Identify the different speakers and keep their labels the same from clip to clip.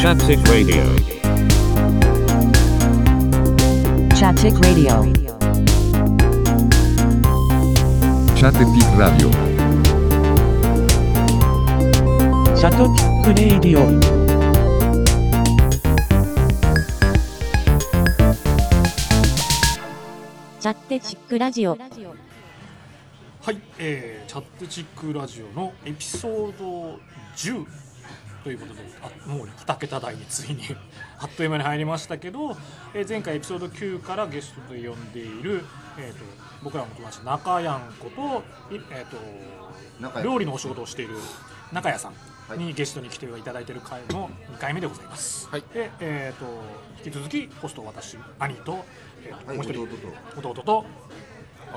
Speaker 1: Chaptic Radio.
Speaker 2: Chaptic Radio.
Speaker 3: Chat Epic Radio.
Speaker 4: シャトピックレイディオ。
Speaker 5: チャッテチックラジオ。
Speaker 6: はい、えー、チャットチックラジオのエピソード10ということであもう2桁台についにあっという間に入りましたけど、えー前回エピソード9からゲストで呼んでいる、えー、と僕らの友達中やんこと,、いえー、と
Speaker 7: 中やん
Speaker 6: 料理のお仕事をしている中谷さんにゲストに来ていただいている回の2回目でございます。
Speaker 7: はい
Speaker 6: で、えー、と引き続きホスト私兄と,、えー
Speaker 7: はい
Speaker 6: もう一人
Speaker 7: 弟
Speaker 6: 弟と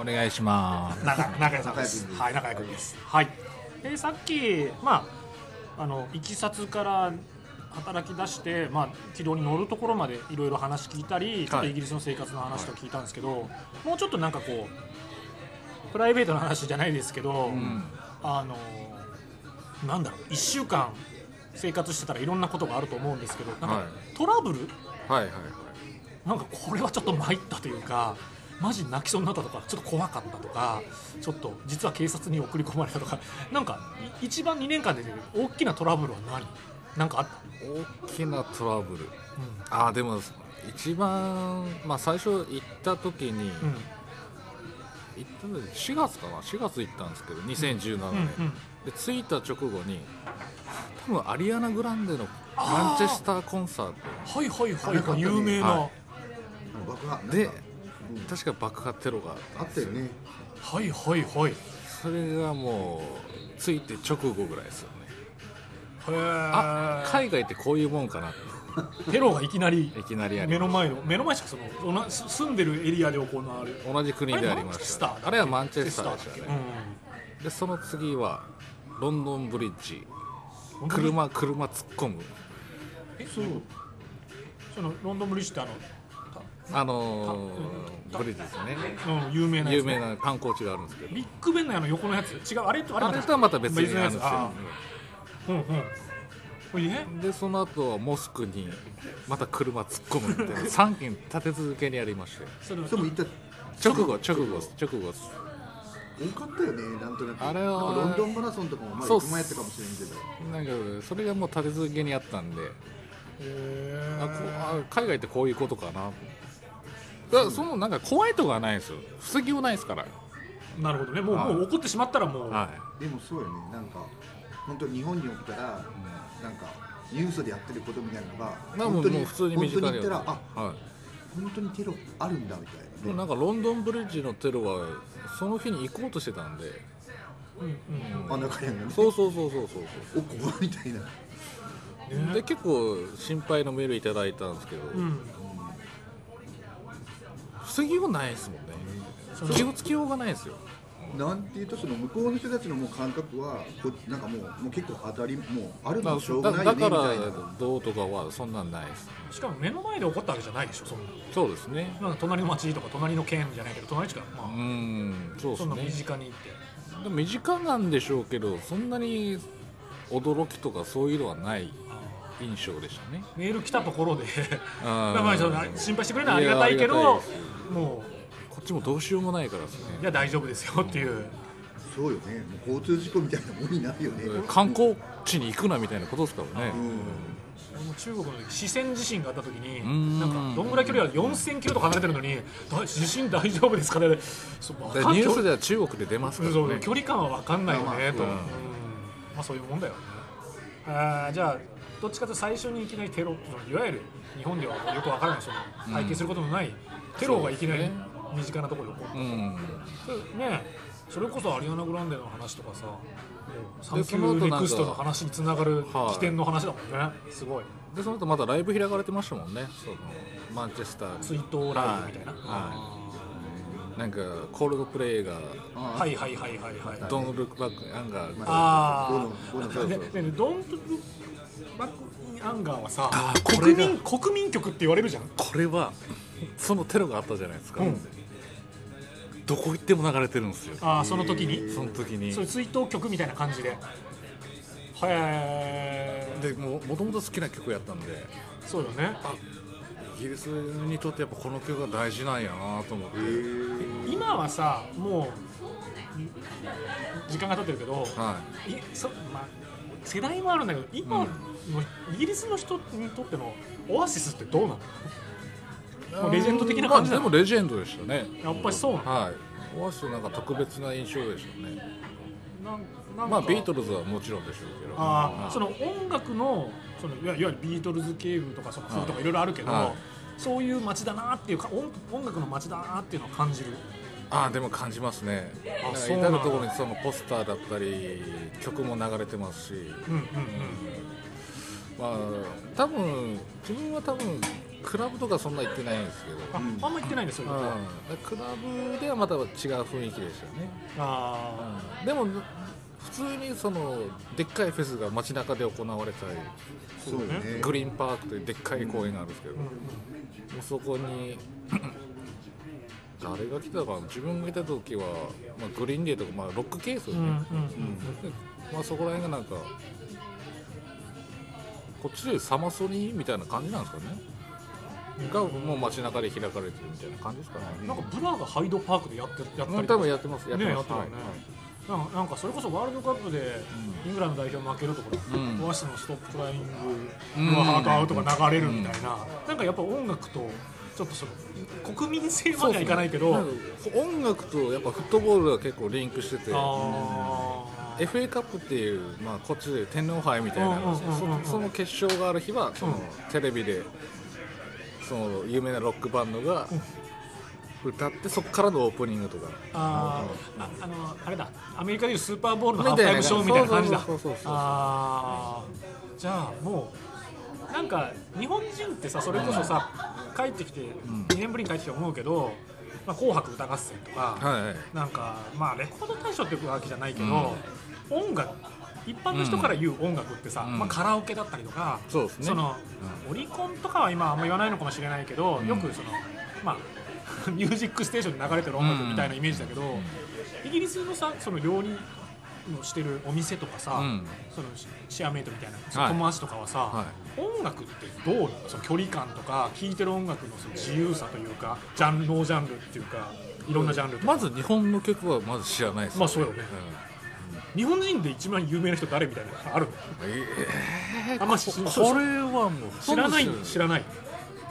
Speaker 8: お願いしま
Speaker 6: 中中谷さんです。は
Speaker 7: 中谷君です
Speaker 6: い、中谷君です。はい。で、さっき、まあ、あの、いきさつから。働き出して、まあ、軌道に乗るところまでいろいろ話聞いたり、ちょっとイギリスの生活の話とか聞いたんですけど、もうちょっとなんかこうプライベートの話じゃないですけど、あのなんだろう1週間生活してたらいろんなことがあると思うんですけどなんか、
Speaker 8: はい
Speaker 6: トラブル
Speaker 8: す。はいはい
Speaker 6: なんかこれはちょっと参ったというかマジ泣きそうになったとかちょっと怖かったとかちょっと実は警察に送り込まれたとかなんかい一番2年間で大きなトラブルは何なんかあった、
Speaker 8: 大きなトラブル。ああでも一番まあ最初行った時に、
Speaker 6: うんうん
Speaker 8: 行ったの4月かな4月行ったんですけど2017年、
Speaker 6: うんうん
Speaker 8: で着いた直後に多分アリアナ・グランデのマンチェスターコンサー
Speaker 6: はいはいはい
Speaker 7: なかった
Speaker 6: はい
Speaker 7: ね
Speaker 6: 有名な、
Speaker 8: は
Speaker 7: 爆破
Speaker 8: トで
Speaker 7: うん
Speaker 8: 確か爆破テロがあった
Speaker 7: あ
Speaker 8: ん
Speaker 7: っ
Speaker 8: です
Speaker 7: たよね
Speaker 6: はい、はいはいへ
Speaker 8: それがもう着いて直後ぐらいですよねあ
Speaker 6: え
Speaker 8: 海外ってこういうもんかなっ
Speaker 6: テロがいきなり
Speaker 8: ていきなりやり
Speaker 6: 目の
Speaker 8: まし
Speaker 6: 前の目の前しかそのおなす住んでるエリアで行われる
Speaker 8: た同じ国でありましたねあれはマンチェスターでしたね、でその次はロンドンブリッジ
Speaker 6: うん
Speaker 8: 車車突っ込む
Speaker 6: えそうそのロンドンブリッジってあの
Speaker 8: あのー、
Speaker 6: た
Speaker 8: ブリッジですね
Speaker 6: うん、有名なや
Speaker 8: 有
Speaker 6: つ、ね、
Speaker 8: 名な観光地があるんですけど
Speaker 6: ビッグベンのあの横のやつ違うあれとあれ
Speaker 8: あれとはまた別に
Speaker 6: の
Speaker 8: ある
Speaker 6: や
Speaker 8: ん
Speaker 6: つ
Speaker 8: です
Speaker 6: あ
Speaker 8: よ
Speaker 6: ーうんうんこれね
Speaker 8: うんでその後はモスクにまた車突っ込むみた いな3件立て続けにやりまして
Speaker 6: それ
Speaker 7: それも行った
Speaker 8: 直後直後直後です
Speaker 7: 多かったよねなんとなく
Speaker 8: あれは
Speaker 7: なんかロンドンマラソンとかも前
Speaker 8: そう
Speaker 7: 行
Speaker 8: っす
Speaker 7: く前やったかもしれんけど
Speaker 8: なんかそれがもう立て続けにあったんで
Speaker 6: へ
Speaker 8: あこうあ海外ってこういうことかなだからそのなんか怖いとこはないですよ不思議もないですから
Speaker 6: ーなるほどねもう,、
Speaker 8: はい
Speaker 6: もう怒ってしまったらもう、
Speaker 8: は
Speaker 7: でもそうよねなんか本当に日本におったらなんかニュースでやってることみたいなのが
Speaker 8: いなんかも
Speaker 7: 本
Speaker 8: う
Speaker 7: 当に
Speaker 8: 普通に身近で
Speaker 7: 本当に言ったらあ
Speaker 8: はい
Speaker 7: 本当にテロあるんだみたい
Speaker 8: でも
Speaker 7: な
Speaker 8: なんかロンドンブリッジのテロはその日に行こうとしてたんで、
Speaker 6: うんうん
Speaker 7: あ中山がね
Speaker 8: そうそうそうそうそう
Speaker 7: おこわみたいな
Speaker 8: そう、で結構心配のメールいただいたんですけど、
Speaker 6: うん
Speaker 8: 不思議はないですもんね、
Speaker 6: の
Speaker 8: 気をつけようがないですよ
Speaker 7: なんていうとその向こうの人たちのもう感覚はこなんかもうもう結構当たりもうあるの
Speaker 8: だ
Speaker 7: はしょうがないよ
Speaker 8: だ
Speaker 7: ね
Speaker 8: か
Speaker 7: み
Speaker 8: ら
Speaker 7: たいな
Speaker 8: どうとかはそんなんないです
Speaker 6: しかも目の前で怒ったわけじゃないでしょそんな
Speaker 8: そうですね
Speaker 6: なんか隣の町とか隣の県じゃないけど隣しか、ま
Speaker 8: う
Speaker 6: あ
Speaker 8: んそう
Speaker 6: そんな
Speaker 8: で
Speaker 6: 身
Speaker 8: すね
Speaker 6: 近に行って
Speaker 8: でも身近なんでしょうけどそんなに驚きとかそういうのはない印象でしたね
Speaker 6: メール来たところで
Speaker 8: うん
Speaker 6: まあまあその心配してくれるのはあり
Speaker 8: いや
Speaker 6: がたいけ
Speaker 8: あり
Speaker 6: ど
Speaker 8: がたいです
Speaker 6: も
Speaker 8: こっちもどうしようもないからですね
Speaker 6: ういや大丈夫ですよっていう、
Speaker 7: そうよねもう交通事故みたいなもんになるよね
Speaker 8: 観光地に行くなみたいなことですからね、
Speaker 6: もう中国の四川地震があった時に
Speaker 8: ん
Speaker 6: なんかどんぐらい距離は4000キロとか離れてるのにだ地震大丈夫ですかね そうわ
Speaker 8: で
Speaker 6: かん
Speaker 8: ニュース
Speaker 6: 距
Speaker 8: では中国で出ますから
Speaker 6: そうね
Speaker 8: ね
Speaker 6: 距離感は分かんないよね
Speaker 8: ま
Speaker 6: と、
Speaker 8: あまあ
Speaker 6: うんまあそういうもんだよねあーじゃあどっちかというと最初にいきなりテロいわゆる日本ではよく分からないその体験することのないテロがいきなり身近なところで起こる
Speaker 8: うん、
Speaker 6: そうねそれこそアリアナ・グランデの話とかさもうサン
Speaker 8: で
Speaker 6: キ
Speaker 8: そ
Speaker 6: ュ
Speaker 8: の後なん
Speaker 6: ー
Speaker 8: か
Speaker 6: ネクストの話につながる
Speaker 8: はい
Speaker 6: 起点の話だもんね、すごい
Speaker 8: でその後またライブ開かれてましたもんねそのマンチェスター
Speaker 6: 追悼ライブみたいな、
Speaker 8: はいなんかコールドプレイが
Speaker 6: はいはいはいはいはい。
Speaker 8: 「ドン・ルック・バック・アンガー」
Speaker 6: あー
Speaker 7: こういうのこういうの
Speaker 6: ねねねドントルバックインアンガーはさ
Speaker 8: あーこ
Speaker 6: 国
Speaker 8: れだ
Speaker 6: 民国民曲って言われるじゃん。
Speaker 8: これはそのテロがあったじゃないですか、
Speaker 6: うん
Speaker 8: どこ行っても流れてるんですよ
Speaker 6: ああその時に、
Speaker 8: その時に
Speaker 6: そういう追悼曲みたいな感じで。へえ。
Speaker 8: でもともと好きな曲やったんで
Speaker 6: そうよね
Speaker 8: イギリスにとってやっぱこの曲が大事なんやなと思って、
Speaker 6: 今はさもう時間が経ってるけど、
Speaker 8: はい
Speaker 6: そまあ、世代もあるんだけど今の、イギリスの人にとってのオアシスってどうなの
Speaker 8: い、
Speaker 6: もうレジェンド的な感じな
Speaker 8: まあ
Speaker 6: の
Speaker 8: でもレジェンドでしたね
Speaker 6: やっぱりそうなの
Speaker 8: はいオアシスなんか特別な印象でしたね
Speaker 6: なんなん
Speaker 8: まあ
Speaker 6: か
Speaker 8: ビートルズはもちろんでしょうけど
Speaker 6: あ
Speaker 8: は
Speaker 6: ー
Speaker 8: い
Speaker 6: その音楽のそのいわいわゆるビートルズ系部とかその風とか
Speaker 8: はい
Speaker 6: いろいろあるけど、
Speaker 8: はい
Speaker 6: そういう街だなっていうか音音楽の街だなっていうのを感じる
Speaker 8: あーでも感じますね
Speaker 6: あ
Speaker 8: なんか
Speaker 6: そう
Speaker 8: 至
Speaker 6: なん
Speaker 8: る
Speaker 6: だ
Speaker 8: 所にそのポスターだったり曲も流れてますし
Speaker 6: うんうん
Speaker 8: まあ多分自分は多分クラブとかそんな行ってないんですけど
Speaker 6: うん、ああんま行ってないんですよ、僕は
Speaker 8: うんクラブではまた違う雰囲気でしたね、
Speaker 6: あ
Speaker 8: でも普通にそのでっかいフェスが街中で行われたり
Speaker 7: そうよね
Speaker 8: グリーンパークというでっかい公園があるんですけど、もうそこ に誰が来たかな自分がいた時は、まあ、グリーンデーとか、まあ、ロックケース、
Speaker 6: ーうんうん
Speaker 8: まあ、そこら辺がなんかこっちでサマソニーみたいな感じなんですかねがもう街中で開かれてるみたいな感じですかね、
Speaker 6: うんなんかブラがハイドパークでやってやった
Speaker 8: もう
Speaker 6: りと
Speaker 8: 多
Speaker 6: か
Speaker 8: 分やってますやって
Speaker 6: ね
Speaker 8: ます
Speaker 6: やってるよね、なんかなんかそれこそワールドカップでイングランド代表負けるところ、
Speaker 8: うん
Speaker 6: オアシスの「ストップクライミング」
Speaker 8: うん
Speaker 6: のハートアウトが流れるみたいな、なんかやっぱ音楽とちょっとその国民性まではいかないけど、
Speaker 8: そうですねなんか音楽とやっぱフットボールが結構リンクしてて
Speaker 6: ああ
Speaker 8: FA カップっていう、まあ、こっちで天皇杯みたいなのがあるんですよ
Speaker 6: うんうんうんうん
Speaker 8: そその決勝がある日はそのテレビでその有名なロックバンドが歌ってそこからのオープニングとか
Speaker 6: あーああのあれだアメリカでいうスーパーボールの
Speaker 8: み
Speaker 6: ハーフ
Speaker 8: たいな
Speaker 6: タイムショーみたいな感じだ
Speaker 8: そうそうそうそうそう
Speaker 6: あーじゃあもうなんか日本人ってさそれこそさ帰ってきて2年ぶりに帰ってきて思うけど「まあ、紅白歌合戦」とか、
Speaker 8: はいはい
Speaker 6: なんかまあレコード大賞ってわけじゃないけど、音楽一般の人から言う音楽ってさ、
Speaker 8: うん
Speaker 6: まあ、カラオケだったりとか、
Speaker 8: そうですね
Speaker 6: そのオリコンとかは今あんま言わないのかもしれないけど、
Speaker 8: ん
Speaker 6: よくそのまあ ミュージックステーションに流れてる音楽みたいなイメージだけど、イギリスのさその料理のしてるお店とかさ、
Speaker 8: うん
Speaker 6: そのシシェアメイトみたいな、
Speaker 8: はい
Speaker 6: 友達とかはさ、
Speaker 8: は
Speaker 6: 音楽ってどうなのその距離感とか聴いてる音楽のその自由さというかジャンルノージャンルっていうかいろんなジャンルとか
Speaker 8: まず日本の曲はまず知らないです
Speaker 6: まあそうよ
Speaker 8: ん
Speaker 6: ね日本人で一番有名な人誰みたいなのあるの
Speaker 8: えー
Speaker 6: あんまし
Speaker 8: こ
Speaker 6: そう
Speaker 8: これはもう
Speaker 6: 知らない知
Speaker 8: 知ら
Speaker 6: らない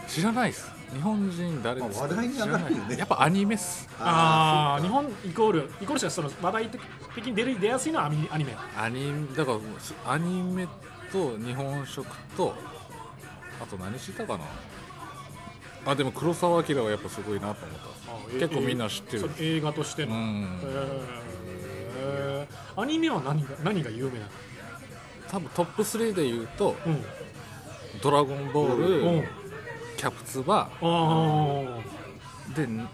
Speaker 8: 知らないです日本人誰ですか
Speaker 7: まあ話題に上がるよね
Speaker 8: 知らないやっぱアニメっす
Speaker 6: ああー日本イコールイコールしかその話題的に出る出やすいのはアニアニメ
Speaker 8: アニだからすアニメと日本食とあと何してたかなあでも黒澤明はやっぱすごいなと思ったんです結構みんな知って
Speaker 6: そ
Speaker 8: る
Speaker 6: の映画として
Speaker 8: う
Speaker 6: の
Speaker 8: ん
Speaker 6: えーアニメは何が何が有名なの
Speaker 8: 多分トップ3で言うと
Speaker 6: うん
Speaker 8: 「ドラゴンボール」
Speaker 6: うん
Speaker 8: キャプツバ
Speaker 6: あー
Speaker 8: でん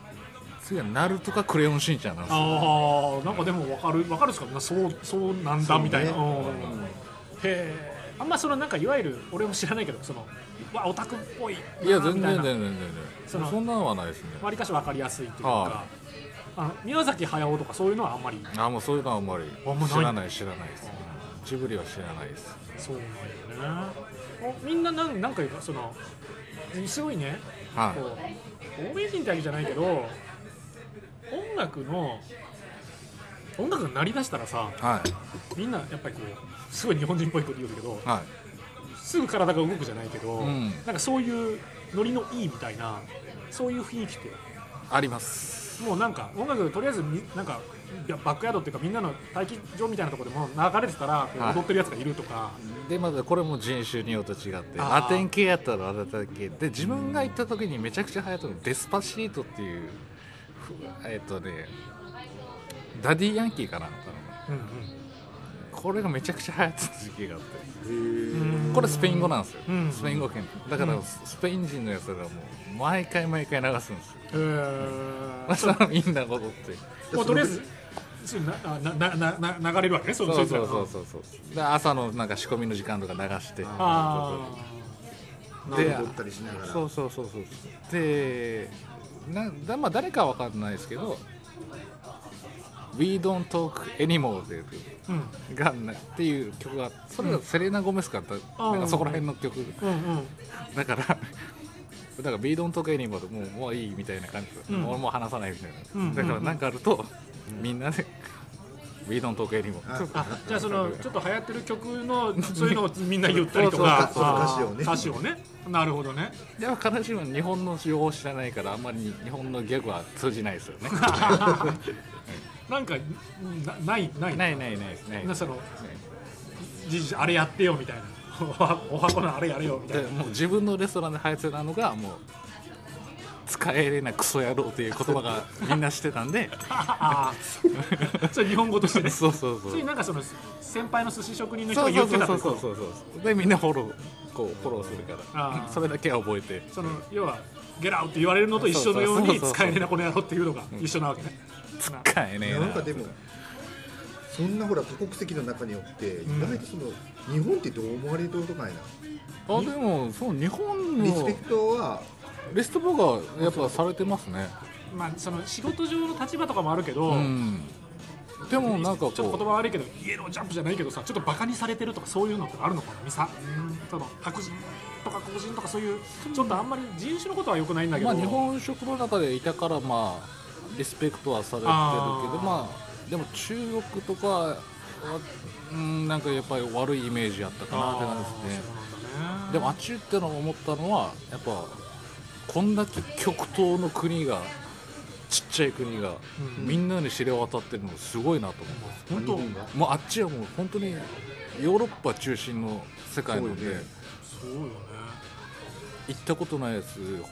Speaker 8: 次は「ナルトか「クレヨンしんちゃん」なんですよ
Speaker 6: あーなんかでも分かる分かるっすかみんなそうそうなんだみたいな、
Speaker 7: そう
Speaker 6: うんへえあんまそのなんかいわゆる俺も知らないけどそのうわオタクっぽい
Speaker 8: いや
Speaker 6: なみ
Speaker 8: 全然
Speaker 6: たいな
Speaker 8: 全然全
Speaker 6: そ
Speaker 8: 然
Speaker 6: の
Speaker 8: そんなんはないですね
Speaker 6: わりかし分かりやすいというか、
Speaker 8: は
Speaker 6: あの宮崎駿とかそういうのはあんまり
Speaker 8: あもうそういうのはあんまり
Speaker 6: あんまない
Speaker 8: 知らない知らないですジブリは知らないです
Speaker 6: そうなんよねおみんななんなんか言うかそのすごいね、
Speaker 8: はい
Speaker 6: こう欧米人ってわけじゃないけど音楽の音楽が鳴り出したらさ
Speaker 8: はい
Speaker 6: みんなやっぱりこうすごい日本人っぽいこと言うけど
Speaker 8: はい
Speaker 6: すぐ体が動くじゃないけど、
Speaker 8: うん
Speaker 6: なんかそういうノリのいいみたいなそういう雰囲気って
Speaker 8: あります
Speaker 6: もうなんか音楽とりあえずみなんかいやバックヤードっていうかみんなの待機場みたいなところでも流れてたらこう
Speaker 8: はい
Speaker 6: 踊ってるやつがいるとか、
Speaker 8: でまだこれも人種によって違って
Speaker 6: あー
Speaker 8: ラテン系やったらラテン系で自分が行った時にめちゃくちゃ流行ったのデスパシートっていうふえっとねダディヤンキーかなんかの
Speaker 6: うん
Speaker 8: これがめちゃくちゃ流行ってた時期があって
Speaker 6: うん
Speaker 8: これスペイン語なんですよ、
Speaker 6: うん
Speaker 8: スペイン語圏だからスペイン人のやつらもう毎回毎回流すんですよ
Speaker 6: え
Speaker 8: そ
Speaker 6: ー
Speaker 8: したら みんな踊って
Speaker 6: もうとりあえずそうなあなななな流れるわけねそ
Speaker 8: そう
Speaker 6: の
Speaker 8: そう
Speaker 6: いつら
Speaker 8: そ
Speaker 6: の
Speaker 8: うそうそうで朝のなんか仕込みの時間とか流して
Speaker 6: あ
Speaker 8: で
Speaker 7: 踊ったりしながら
Speaker 8: そうそうそうそうでなだまあ誰かは分かんないですけど「We don't talk anymore」っていう
Speaker 6: うん
Speaker 8: がなっていう曲がそれがセレナ・ゴメスかった、なんかそこら辺の曲
Speaker 6: うんうん
Speaker 8: だからだから「ビードンとかエニバーもうもういいみたいな感じで、
Speaker 6: うん
Speaker 8: 俺もう話さないみたいな、
Speaker 6: うん
Speaker 8: だか
Speaker 6: う
Speaker 8: ら
Speaker 6: ん
Speaker 8: なんかあると、みんなで「ビードンとかエニバー」
Speaker 6: あじゃあそのちょっと流行ってる曲のそういうのをみんな言ったりとか
Speaker 7: そうそう
Speaker 6: あー
Speaker 7: 歌詞をね
Speaker 6: 歌詞をねなるほどね
Speaker 8: でも悲しいのは日本の手法を知らないからあんまり日本のギャグは通じないです よね
Speaker 6: なんかなないない
Speaker 8: ないないないですね
Speaker 6: なそのじじあれやってよみたいなおはおはこのあれやれよみた
Speaker 8: で
Speaker 6: いな
Speaker 8: もう自分のレストランで流行ってたのがもう使えれないクソ野郎という言葉がみんなしてたんで
Speaker 6: ああ それ日本語としてね
Speaker 8: そうそうそう
Speaker 6: そういうなんかその先輩の寿司職人の人
Speaker 8: そ
Speaker 6: が
Speaker 8: う
Speaker 6: 言
Speaker 8: そう
Speaker 6: ってたって
Speaker 8: そ
Speaker 6: こ
Speaker 8: う
Speaker 6: と
Speaker 8: そうそうそうでみんなフォローこうフォローするか
Speaker 6: あ
Speaker 8: ら
Speaker 6: ー
Speaker 8: それだけは覚えて
Speaker 6: その要はゲラウって言われるのと一緒のよう
Speaker 8: そう
Speaker 6: に
Speaker 8: そうそうそう
Speaker 6: 使えねえなこの野郎っていうのが一緒なわけねな
Speaker 8: 使えねえな
Speaker 7: なんかでもそんなほら多国籍の中によって意
Speaker 6: ん
Speaker 7: 外とその、日本ってどう思われることないな
Speaker 8: あでもそう日本
Speaker 7: リス
Speaker 8: の
Speaker 7: ペクトは
Speaker 8: リストボがやっぱされてますね
Speaker 6: まあその仕事上の立場とかもあるけど、
Speaker 8: うんでもなんかこ
Speaker 6: ちょっと言
Speaker 8: う
Speaker 6: 葉悪いけどイエロージャンプじゃないけどさちょっとバカにされてるとかそういうのってあるのかなミサうんその白人とか黒人とかそういうちょっとあんまり人種のことはよくないんだけど、
Speaker 8: まあ日本食の中でいたからまあリスペクトはされてるけど
Speaker 6: あー
Speaker 8: まあでも中国とかはうんなんかやっぱり悪いイメージやったかなって感じですね
Speaker 6: あーそうなんだね
Speaker 8: でもあっち行っての思ったのはやっぱこんだけ極東の国がちっちゃい国が、
Speaker 6: うん
Speaker 8: みんなに知れ渡ってるのすごいなと思
Speaker 6: 本
Speaker 7: 日
Speaker 6: 当
Speaker 7: 本が
Speaker 8: う、もうあっちはもう本当にヨーロッパ中心の世界なんで、
Speaker 7: そうよね
Speaker 6: そうよね
Speaker 8: 行ったことないやつ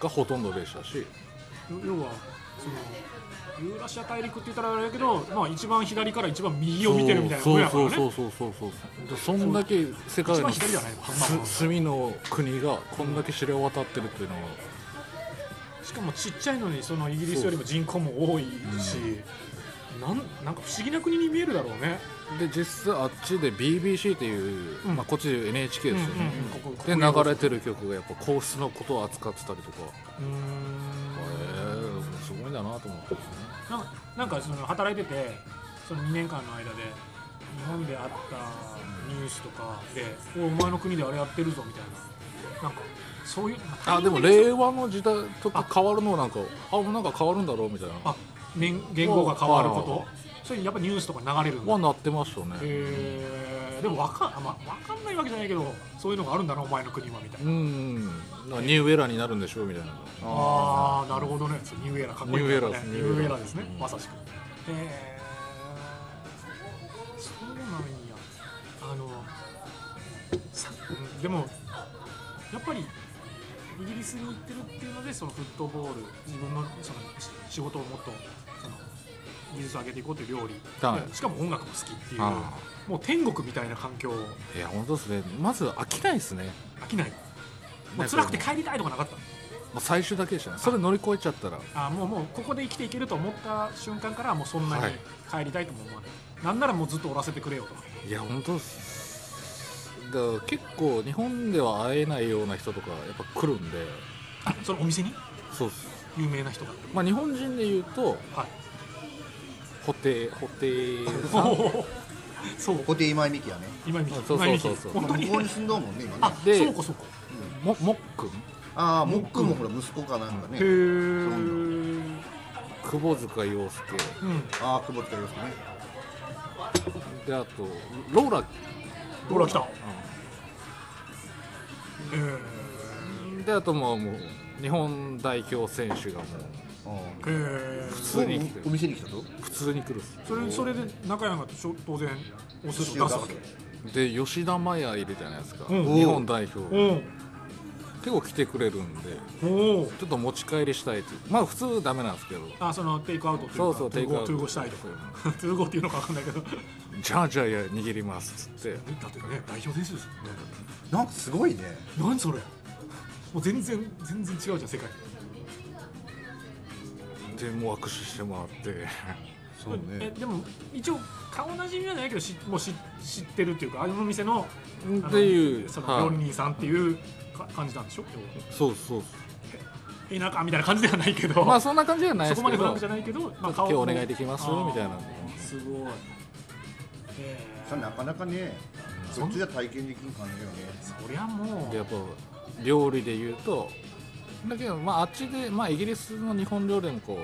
Speaker 8: がほとんどでしたし
Speaker 6: 要要はそのユーラシア大陸って言ったらあれだけど、まあ、一番左から一番右を見てるみたいな
Speaker 8: そう
Speaker 6: やか
Speaker 8: そ
Speaker 6: ら
Speaker 8: う
Speaker 6: ね
Speaker 8: そうそうそうそうでそんだけ世界
Speaker 6: 一
Speaker 8: の
Speaker 6: 番左じゃない
Speaker 8: す隅の国がこんだけ知れ渡ってるっていうのは
Speaker 6: しかもちっちゃいのにそのイギリスよりも人口も多いし、なんなんか不思議な国に見えるだろうね
Speaker 8: で実際あっちで BBC っていう、
Speaker 6: うん
Speaker 8: まあ、こっちで NHK ですよね、
Speaker 6: うんうんここここ
Speaker 8: で流れてる曲がやっぱ皇室のことを扱ってたりとか
Speaker 6: うーん
Speaker 8: へえすごいんだなと思って、ね、
Speaker 6: なんかなんかその働いててその2年間の間で日本であったニュースとかで「おお前の国であれやってるぞ」みたいななんかそういうま
Speaker 8: あでも
Speaker 6: タイミング
Speaker 8: 令和の時代とか変わるのなんかあもうなんか変わるんだろうみたいな
Speaker 6: あ年言語が変わることそれやっぱニュースとか流れるんだ
Speaker 8: はなってましたね、
Speaker 6: えーでもわか,、まあ、わかんないわけじゃないけどそういうのがあるんだなお前の国はみたいな、
Speaker 8: うんなんかニューエラーになるんでしょみたいな
Speaker 6: ああなるほどねそうニューエラーかっこいいね
Speaker 8: ニューエラーです
Speaker 6: ニ
Speaker 8: ニ
Speaker 6: ュ
Speaker 8: ュ
Speaker 6: ー
Speaker 8: ーエ
Speaker 6: エラ
Speaker 8: ラ
Speaker 6: ー
Speaker 8: ー
Speaker 6: ですね
Speaker 8: うん
Speaker 6: まさしくえー、そうなんやあのさうんでもやっぱりイギリスに行ってるっていうのでそのフットボール自分のそのし仕事をもっとその技術を上げていこうという料理、
Speaker 8: はい
Speaker 6: でしかも音楽も好きっていう
Speaker 8: あ
Speaker 6: もう天国みたいな環境
Speaker 8: いや本当ですねまず飽きないですね
Speaker 6: 飽きないもう辛くて帰りたいとかなかった
Speaker 8: もう最終だけでしたねそれ乗り越えちゃったら
Speaker 6: あーもうもうここで生きていけると思った瞬間からはもうそんなに
Speaker 8: はい
Speaker 6: 帰りたいとも思わない、なんならもうずっとおらせてくれよと
Speaker 8: いや本当ですだから結構日本では会えないような人とかやっぱ来るんで
Speaker 6: あそのお店に
Speaker 8: そうっす
Speaker 6: 有名な人が
Speaker 8: まあ日本人で言うと
Speaker 6: はい
Speaker 8: 布袋布袋さ
Speaker 6: お
Speaker 8: ん
Speaker 6: お そう
Speaker 7: 固定今井美樹やね
Speaker 6: 今見て
Speaker 8: そうそう
Speaker 6: 今見て
Speaker 8: そうそう
Speaker 6: 本当
Speaker 7: 向
Speaker 6: に
Speaker 7: こうに住んどうもんね今
Speaker 6: あ
Speaker 7: ね
Speaker 8: で
Speaker 6: そうかそうか
Speaker 8: ももっくん
Speaker 7: ああもっくんもほら息子かなんか
Speaker 6: へえ
Speaker 7: ね
Speaker 6: うん
Speaker 8: 久保塚洋介
Speaker 7: ああ久保田ですね
Speaker 8: であとローラ
Speaker 6: ほら来たへー
Speaker 8: であともうもう日本代表選手がも
Speaker 7: あ
Speaker 6: へえ
Speaker 8: う普通
Speaker 7: あ
Speaker 8: に来て
Speaker 7: お
Speaker 8: る
Speaker 7: 店に来たぞ
Speaker 8: 普通に来るっす
Speaker 6: それそれで仲良かった当然お寿司を出すわけ
Speaker 8: で吉田麻也いるじゃないですか、
Speaker 6: うん
Speaker 8: 日本代表、
Speaker 6: うん
Speaker 8: 結構来てくれるんで
Speaker 6: おお
Speaker 8: ちょっと持ち帰りしたいってまあ普通ダメなんですけど
Speaker 6: あそのテイクアウトというか
Speaker 8: そうそう
Speaker 6: ト
Speaker 8: テ
Speaker 6: ゥー
Speaker 8: イクア
Speaker 6: ゴ
Speaker 8: ウ
Speaker 6: ー
Speaker 8: ト
Speaker 6: トゥーゴーしたいと かトゥーゴーっていうのかわかんないけどだ
Speaker 8: じゃあじゃあ握りますっつって
Speaker 6: ってね代表選手ですよ
Speaker 7: なんかすごいね
Speaker 6: 何それもう全然全然違うじゃん世界
Speaker 8: でもう握手してもら って
Speaker 7: そう
Speaker 6: えでも一応顔なじみはないけどしもうし知ってるっていうかあの店のあの
Speaker 8: っていう
Speaker 6: そ
Speaker 8: はい
Speaker 6: の料理人さんっていうか感じなんでしょ
Speaker 8: そうそう
Speaker 6: 要は田舎みたいな感じではないけど、
Speaker 8: まあそんな感じじゃない
Speaker 6: そ
Speaker 8: です
Speaker 6: こま
Speaker 8: け
Speaker 6: で
Speaker 8: ど
Speaker 6: ブランクじゃ
Speaker 8: 今
Speaker 6: ないけど、まあ、
Speaker 8: 日お願いできます
Speaker 6: あー
Speaker 8: みたいな
Speaker 6: すごい
Speaker 7: それなかなかね
Speaker 6: そん
Speaker 7: そっちじゃ体験できん感じよね
Speaker 6: そりゃもう
Speaker 8: でやっぱ料理で言うとだけどまああっちで、まあ、イギリスの日本料理でもこ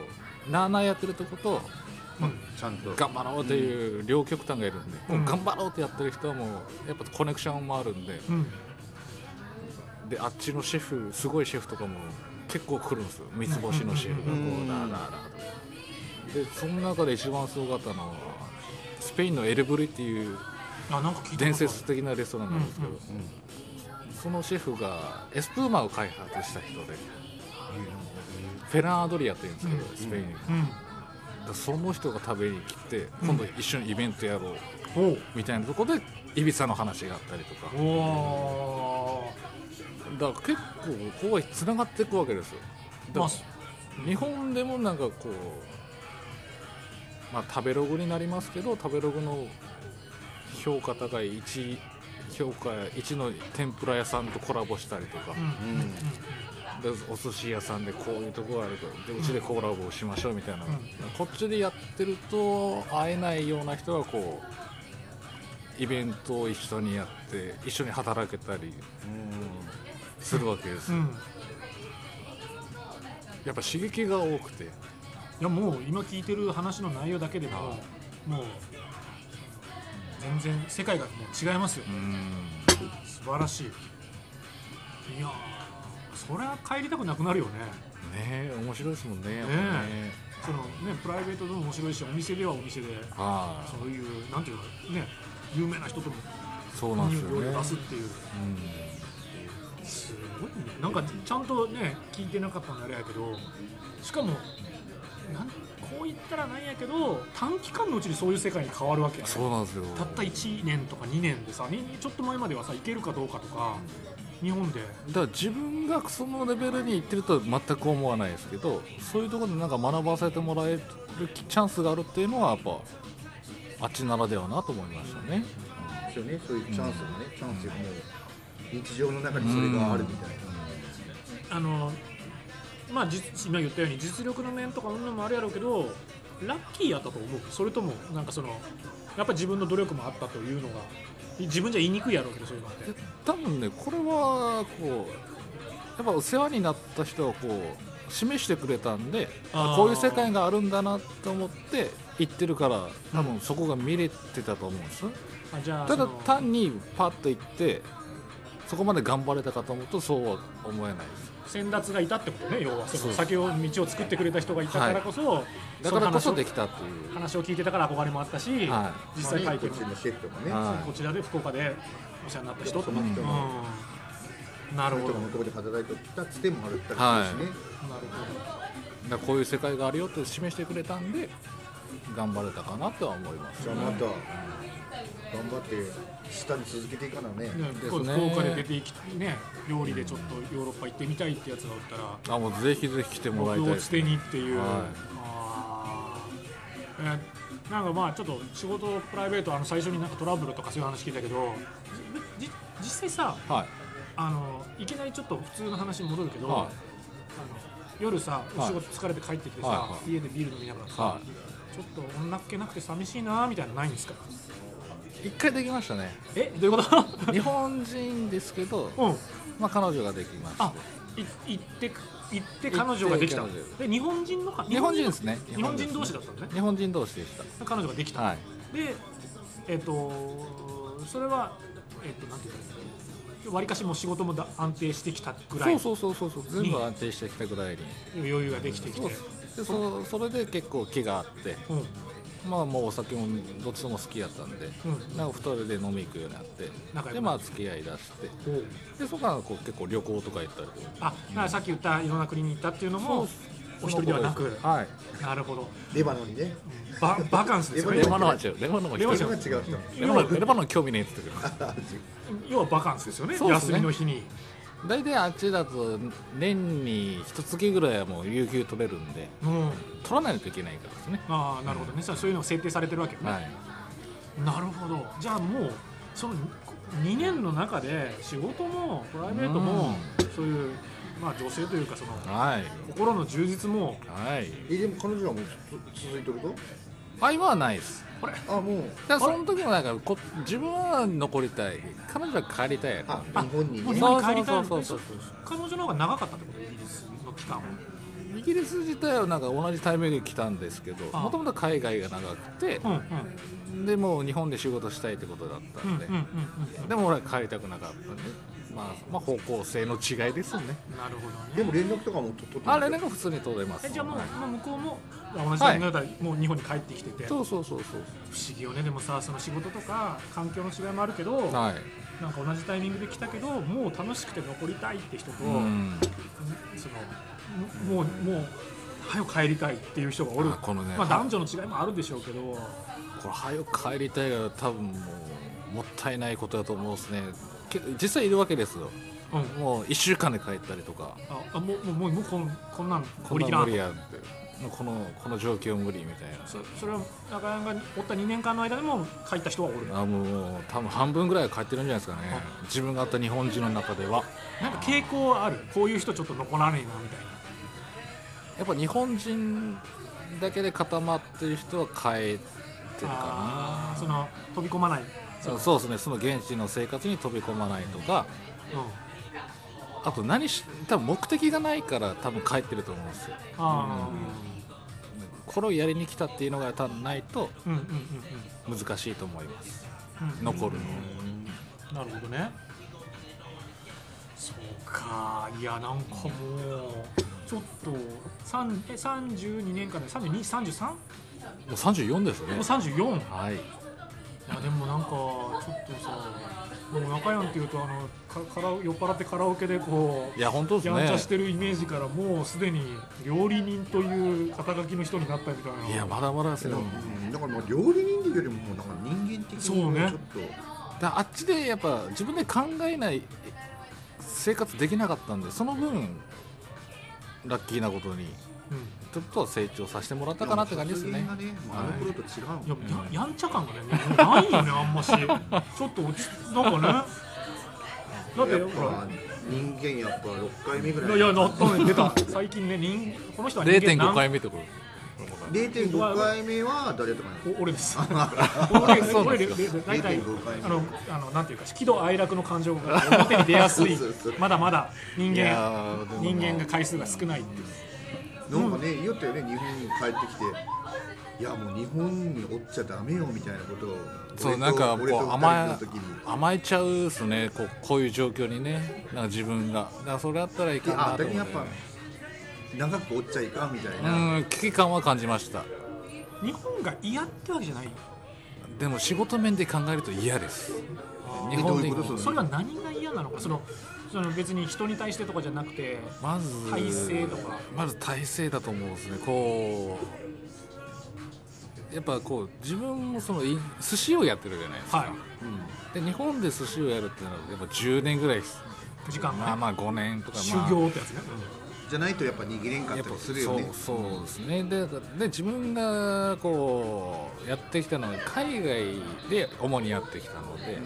Speaker 8: うなあなあやってるとこと、まあ
Speaker 7: ちゃんと
Speaker 8: 頑張ろうという両極端がいるんで、
Speaker 6: うん
Speaker 8: もう頑張ろうってやってる人はもうやっぱコネクションもあるんで
Speaker 6: うん
Speaker 8: であっちのシェフすごいシェフとかも結構来るんですよ三つ星のシェフがこ
Speaker 7: うん
Speaker 8: うラーラーラーとでその中で一番すごかったのはスペインのエルブリっていう
Speaker 6: あなんか聞いたことある
Speaker 8: 伝説的なレストランなんですけど、そのシェフがエスプーマを開発した人で、フェラン・アドリアっていうんですけど、スペインに、
Speaker 6: うん
Speaker 8: だその人が食べに来て今度一緒にイベントやろう
Speaker 6: おう
Speaker 8: みたいなところでいびさの話があったりとか
Speaker 6: おお
Speaker 8: だから結構ここはつながっていくわけですよだ
Speaker 6: ま
Speaker 8: か
Speaker 6: あ
Speaker 8: ら日本でもなんかこうまあ食べログになりますけど食べログの評価高い1評価1の天ぷら屋さんとコラボしたりとか、
Speaker 6: うん
Speaker 8: でお寿司屋さんでこういうとこがあるとでうちでコラボしましょうみたいな、
Speaker 6: ん
Speaker 8: こっちでやってると会えないような人がこうイベントを一緒にやって一緒に働けたりするわけです、
Speaker 6: うん
Speaker 8: やっぱ刺激が多くて
Speaker 6: いやもう今聞いてる話の内容だけでももう全然世界がもう違いますよ、素晴らしいいやーそれは帰りたくなくなるよね
Speaker 8: ねえ面白いですもんねやっぱね
Speaker 6: ねそのねプライベートでも面白いしお店ではお店で
Speaker 8: あ
Speaker 6: そういうなんていうかね有名な人とも
Speaker 8: あそうなんですよ
Speaker 6: 料理
Speaker 8: ね
Speaker 6: を出すっていうすごいねなんかちゃんとね聞いてなかったんであれやけどしかもなんこう言ったらなんやけど短期間のうちにそういう世界に変わるわけやね
Speaker 8: そうなんですよ
Speaker 6: たった1年とか2年でさにちょっと前まではさ行けるかどうかとか日本で
Speaker 8: だから自分がそのレベルにいってるとは全く思わないですけどそういうところでなんか学ばせてもらえるチャンスがあるっていうのはやっぱあっちならではなと思いましたね、
Speaker 7: ですよねそういうチャンスもね、チャンスがもう日常の中にそれがあるみたい
Speaker 6: あのまあ実今言ったように実力の面とかうんぬんもあるやろうけどラッキーやったと思うそれともなんかそのやっぱ自分の努力もあったというのが自分じゃ言いにくいやろうけどそういうのって
Speaker 8: で多分ねこれはこうやっぱお世話になった人をこう示してくれたんで
Speaker 6: あー
Speaker 8: こういう世界があるんだなと思って行ってるから多分そこが見れてたと思うんです、
Speaker 6: あじゃあ
Speaker 8: ただ
Speaker 6: その
Speaker 8: 単にパッと行ってそこまで頑張れたかと思うとそうは思えないです
Speaker 6: 先達がいたってことね要はそ
Speaker 8: そう
Speaker 6: の
Speaker 8: です
Speaker 6: 先を道を作ってくれた人がいたからこそ、
Speaker 8: だからこそ
Speaker 6: の
Speaker 8: で
Speaker 6: 話を
Speaker 8: きたっていう
Speaker 6: 話を聞いてたから憧れもあったし、
Speaker 8: は
Speaker 6: 実
Speaker 7: な、
Speaker 6: 際
Speaker 7: まあ
Speaker 6: 体
Speaker 7: ね、こ
Speaker 6: 験
Speaker 7: っち
Speaker 6: も
Speaker 7: のシェフとかね、
Speaker 8: は
Speaker 6: こちらで福岡でお世話になった人とか、
Speaker 7: その人の
Speaker 6: うんなる
Speaker 7: その
Speaker 6: ほど
Speaker 7: 人が
Speaker 6: な
Speaker 7: 向
Speaker 6: る
Speaker 7: こうで働いてたつてもあるったりするしね、
Speaker 8: い、だからこういう世界があるよって示してくれたんで頑張れたかなとは思います
Speaker 7: じゃあまた頑張って下に続けていかなね、
Speaker 6: ほど、ね
Speaker 8: ですね
Speaker 6: こう福岡で出ていきたいね料理でちょっとヨーロッパ行ってみたいってやつがおったら
Speaker 8: あもうぜひぜひ来てもらいたい
Speaker 6: 僕を
Speaker 8: で
Speaker 6: 捨
Speaker 8: す、
Speaker 6: てにっていう、
Speaker 8: はい
Speaker 6: あーえーなんかまあちょっと仕事プライベートあの最初になんかトラブルとかそういう話聞いたけどじじ実際さ
Speaker 8: はい
Speaker 6: あのいきなりちょっと普通の話に戻るけど、
Speaker 8: はい
Speaker 6: あの夜さお
Speaker 8: はい
Speaker 6: 仕事疲れて帰ってきてさ、
Speaker 8: はいは
Speaker 6: 家でビール飲みながらさ、
Speaker 8: は
Speaker 6: ちょっと女っ気なくて寂しいなみたいなのないんですか
Speaker 8: 一回できましたね
Speaker 6: えどういうこと
Speaker 8: 日本人ですけど、
Speaker 6: うん
Speaker 8: まあ、彼女ができまし
Speaker 6: あ
Speaker 8: た
Speaker 6: い行って行って彼女ができた
Speaker 8: 行って彼女
Speaker 6: で日本人のか
Speaker 8: 日本人ですね
Speaker 6: 日本人同士
Speaker 8: 日
Speaker 6: だ
Speaker 8: 本人で
Speaker 6: った
Speaker 8: す
Speaker 6: のね
Speaker 8: 日本人同士でした
Speaker 6: 彼女ができた、
Speaker 8: はい
Speaker 6: でえっ、とそれはえっ、となんていうかわりかしもう仕事もだ安定してきたぐらい
Speaker 8: そうそうそうそうそう全部安定してきたぐらいに
Speaker 6: 余裕ができてきて
Speaker 8: そうですでそそれで結構気があって
Speaker 6: うん
Speaker 8: まあもうお酒もどっちとも好きやったんで、
Speaker 6: うん
Speaker 8: なんか2人で飲み行くようになっ
Speaker 6: 仲
Speaker 8: て
Speaker 6: 良くなって
Speaker 8: でまあ付き合いだして
Speaker 6: おう
Speaker 8: でそこからこう結構旅行とか行ったりとか
Speaker 6: あ、だからさっき言ったいろんな国に行ったっていうのもお一人ではなく
Speaker 8: はい
Speaker 6: なるほど
Speaker 7: レバノンにね
Speaker 6: ババカンスですよね
Speaker 8: レバノンは違うレバノンは一
Speaker 6: レバノ
Speaker 8: 人
Speaker 6: ン
Speaker 7: それが違う人
Speaker 8: レバノンレバノン興味ねえって言ってくる
Speaker 6: 要はバカンスですよね
Speaker 8: そうです
Speaker 6: 休
Speaker 8: ね
Speaker 6: みの日に
Speaker 8: 大体あっちだと年に一月ぐらいはもう有給取れるんで
Speaker 6: うん
Speaker 8: 取らないといけないからですね
Speaker 6: ああなるほどねさあそういうのが設定されてるわけよね、
Speaker 8: はい
Speaker 6: なるほどじゃあもうその2年の中で仕事もプライベートもそういう、まあ、女性というかその
Speaker 8: はい
Speaker 6: 心の充実も
Speaker 8: はい
Speaker 7: えでも彼女はもうつ続いてると
Speaker 8: あ今はないです
Speaker 7: あもう
Speaker 8: だからその時もなんかこ自分は残りたい彼女は帰りたいや
Speaker 7: あ
Speaker 8: ろ
Speaker 7: 日本に
Speaker 6: もう日
Speaker 7: ね
Speaker 6: 本に帰りたい
Speaker 8: そう
Speaker 6: の
Speaker 8: そうそう
Speaker 6: 彼女の方が長かったってことイギリスの期間は
Speaker 8: イギリス自体はなんか同じタイミングで来たんですけど
Speaker 6: ああ
Speaker 8: もともと海外が長くて
Speaker 6: うんうん
Speaker 8: でもう日本で仕事したいってことだった
Speaker 6: うんうんん
Speaker 8: で、
Speaker 6: うん
Speaker 8: でも俺は帰りたくなかったんで、まあ、まあ方向性の違いですよね
Speaker 6: うんなるほどね
Speaker 7: でも連絡とかもと取って
Speaker 8: あれなんか普通に通れます
Speaker 6: えじゃあもう、
Speaker 8: はい
Speaker 6: もう向こうも同じタイミングだったらもう日本に帰ってきてて、不
Speaker 8: そうそうそうそ
Speaker 6: 思議よねでもさその仕事とか環境の違いもあるけど、
Speaker 8: うはい
Speaker 6: なんか同じタイミングで来たけどもう楽しくて残りたいって人と、
Speaker 8: うん
Speaker 6: そのもうもう早く帰りたいっていう人がおる
Speaker 8: あこのね
Speaker 6: まあ、男女の違いもあるでしょうけど
Speaker 8: これ早く帰りたいが多分もうもったいないことだと思うんですねけど実際いるわけですよ
Speaker 6: うん
Speaker 8: もう1週間で帰ったりとか
Speaker 6: ああもうもうもうもうこんこんなん
Speaker 8: こ
Speaker 6: 降
Speaker 8: ん
Speaker 6: り
Speaker 8: なん
Speaker 6: きら
Speaker 8: 無
Speaker 6: ん
Speaker 8: 理やってもうこのこの状況無理みたい
Speaker 6: そそれは中山がおった2年間の間でも帰った人はおる
Speaker 8: なあもう多分半分ぐらいは帰ってるんじゃないですかね自分があった日本人の中では
Speaker 6: なんか傾向はあるこういう人ちょっと残らねえなみたいな
Speaker 8: やっぱ日本人だけで固まってる人は帰ってるか
Speaker 6: あーその飛び込まない、
Speaker 8: なそうですねその現地の生活に飛び込まないとか
Speaker 6: うん、
Speaker 8: あと何し多分目的がないから多分帰ってると思うんですよ
Speaker 6: あ
Speaker 8: これをやりに来たっていうのが多分ないと
Speaker 6: ーうんうんうん
Speaker 8: 難しいと思います
Speaker 6: うんうん
Speaker 8: 残るの
Speaker 6: なるほどねそうかいやなんかもうちょっと3え32年間で3233も
Speaker 8: もう34です
Speaker 6: う
Speaker 8: ね
Speaker 6: 34い
Speaker 8: はい
Speaker 6: やでもなんかちょっとさもう中山っていうとあのかから酔っ払ってカラオケでこう
Speaker 8: いや本当です
Speaker 6: やんちゃし
Speaker 8: ね
Speaker 6: てるイメージからもうすでに料理人という肩書きの人になったみたいない
Speaker 8: やまだまだです
Speaker 7: で
Speaker 8: よ
Speaker 7: もうんだからもう料理人というよりももうなんか人間的
Speaker 6: そ
Speaker 7: に
Speaker 6: うね
Speaker 7: ちょっと
Speaker 8: だあっちでやっぱ自分で考えない生活できなかったんでその分ラッキーなことに
Speaker 6: うん
Speaker 8: ちょっと成長させてもらったかなって感じですね
Speaker 7: 発言がもうあの頃と違うもん
Speaker 6: いやややんちゃ感がねもうないよねあんましちょっと落ちなんかねだって
Speaker 7: やっ
Speaker 6: ほら
Speaker 7: ぱ人間やっぱ6回目ぐらい
Speaker 6: いやなったね出た最近ね人この人は人間
Speaker 8: 0.5
Speaker 6: なん
Speaker 8: 回目ってこと
Speaker 7: 0.5回目は誰とかに
Speaker 6: お俺です俺です
Speaker 8: そうなん
Speaker 6: 俺
Speaker 8: で
Speaker 6: です
Speaker 8: か
Speaker 6: でで大体
Speaker 7: 0.5回目
Speaker 6: あのあのなんていうか喜怒哀楽の感情が表に出や すい
Speaker 7: そうそうそう
Speaker 6: まだまだ人
Speaker 8: いや
Speaker 6: 間
Speaker 8: ーでも
Speaker 6: 人間が回数が少ないっていう
Speaker 7: なんかね言おったよね日本に帰ってきていやもう日本におっちゃダメよみたいなことを
Speaker 8: そう
Speaker 7: 俺と
Speaker 8: なんかこ
Speaker 7: 俺と
Speaker 8: う
Speaker 7: 二
Speaker 8: 甘
Speaker 7: 人の時に
Speaker 8: え甘えちゃうっすねこうこういう状況にねなんか自分がだからそれあったらいいか
Speaker 7: あ
Speaker 8: なと思
Speaker 7: だけ
Speaker 8: う
Speaker 7: ど
Speaker 8: ね
Speaker 7: やっぱ長くおっちゃいかんみたいうな、
Speaker 8: ん危機感は感じました
Speaker 6: 日本が嫌ってわけじゃない
Speaker 8: でも仕事面で考えると嫌です日
Speaker 7: ど
Speaker 8: 本
Speaker 7: うい
Speaker 8: で
Speaker 7: うことす
Speaker 6: そ
Speaker 7: る
Speaker 6: れは何が嫌なのかそのその別に人に対してとかじゃなくて
Speaker 8: まず
Speaker 6: 体制とか
Speaker 8: まず体制だと思うんですねこうやっぱこう自分もそのい寿司をやってるじゃないですか、
Speaker 6: は
Speaker 8: で日本で寿司をやるっていうのはやっぱ10年ぐらいです
Speaker 6: い時間がね
Speaker 8: まあまあ5年とか、
Speaker 6: 修
Speaker 8: まあ、
Speaker 6: 行ってやつね、
Speaker 7: じゃないとやっぱ握れんかっ
Speaker 8: やったぱ
Speaker 7: りするよ
Speaker 8: そ
Speaker 7: ね
Speaker 8: うそうですねでで自分がこうやってきたのは海外で主にやってきたので、
Speaker 6: う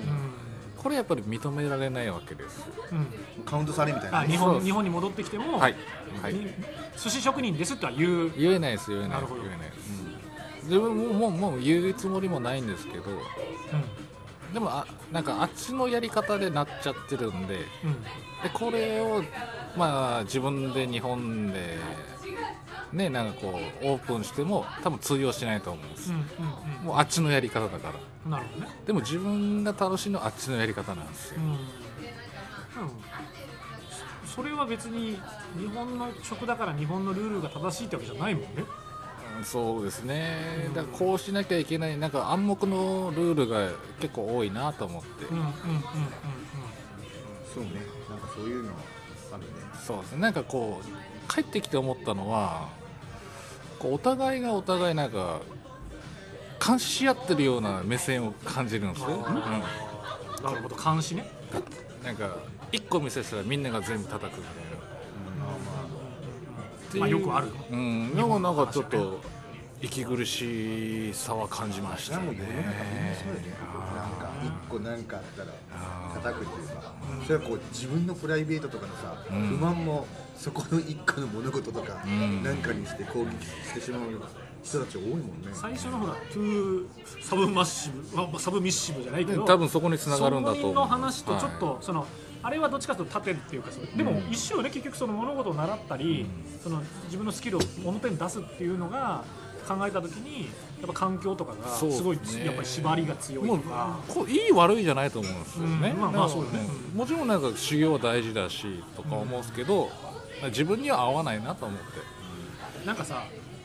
Speaker 8: これやっぱり認められないわけです
Speaker 6: んうん、
Speaker 7: カウントされみたいな
Speaker 6: あ
Speaker 7: ね
Speaker 6: 日
Speaker 8: そ
Speaker 6: 本
Speaker 8: う
Speaker 6: 日本に戻ってきても、
Speaker 8: はい、はい、
Speaker 6: に寿司職人ですとは言う
Speaker 8: 言えないです言えな
Speaker 6: ないる
Speaker 8: です
Speaker 6: ほど
Speaker 8: 言えないです、自分ももうもう言うつもりもないんですけどでもあなんかあっちのやり方でなっちゃってるんで
Speaker 6: うんうん
Speaker 8: でこれをまあ自分で日本でねなんかこうオープンしても多分通用しないと思うんです、
Speaker 6: うんうん
Speaker 8: もうあっちのやり方だから
Speaker 6: うんなるほどね、
Speaker 8: でも自分が楽しいのはあっちのやり方なんですよ
Speaker 6: うんうん、そそれは別に日本の食だから日本のルールが正しいってわけじゃないもんね
Speaker 8: そうですねだからこうしなきゃいけないなんか暗黙のルールが結構多いなと思って、
Speaker 6: うんうんうんうんうん
Speaker 7: そうねなんかそういうのはあるね
Speaker 8: そうですねなんかこう帰ってきて思ったのはこうお互いがお互いなんか監視し合ってるような目線を感じるんですよ、うん
Speaker 6: なるほど監視ね
Speaker 8: なんか一個見せしたらみんなが全部叩くみたいな、
Speaker 6: まあよくあるよ
Speaker 8: うんでもなんかちょっと息苦しさは感じまし
Speaker 7: な
Speaker 8: た
Speaker 7: んかもう世の中みんな
Speaker 8: ね
Speaker 7: そうよねなんか一個なんかあったら叩くっていうかそれはこう自分のプライベートとかのさ不
Speaker 8: ん
Speaker 7: 満もそこの一個の物事とか
Speaker 8: ん
Speaker 7: なんかにして攻撃してしまうような人たち多いもんね
Speaker 6: 最初のほらトゥーサブマッシブ、まあ、サブミッシブじゃないけど
Speaker 8: 多分そこに繋がるんだと
Speaker 6: そ
Speaker 8: 思
Speaker 6: こ
Speaker 8: う
Speaker 6: の話とちょっと、
Speaker 8: は
Speaker 6: そのあれはどっちかというと縦っていうかそうでも一種よね結局その物事を習ったり、その自分のスキルを表に出すっていうのが考えた時にやっぱ環境とかが
Speaker 8: そうですす
Speaker 6: ごい
Speaker 8: ね
Speaker 6: やっぱり縛りが強い
Speaker 8: も
Speaker 6: と
Speaker 8: う
Speaker 6: か
Speaker 8: こういい悪いじゃないと思うんですよね、
Speaker 6: うんまあまあそうよね
Speaker 8: んもちろんなんか修行は大事だしとか思うんですけど、自分には合わないなと思って
Speaker 6: なんかさ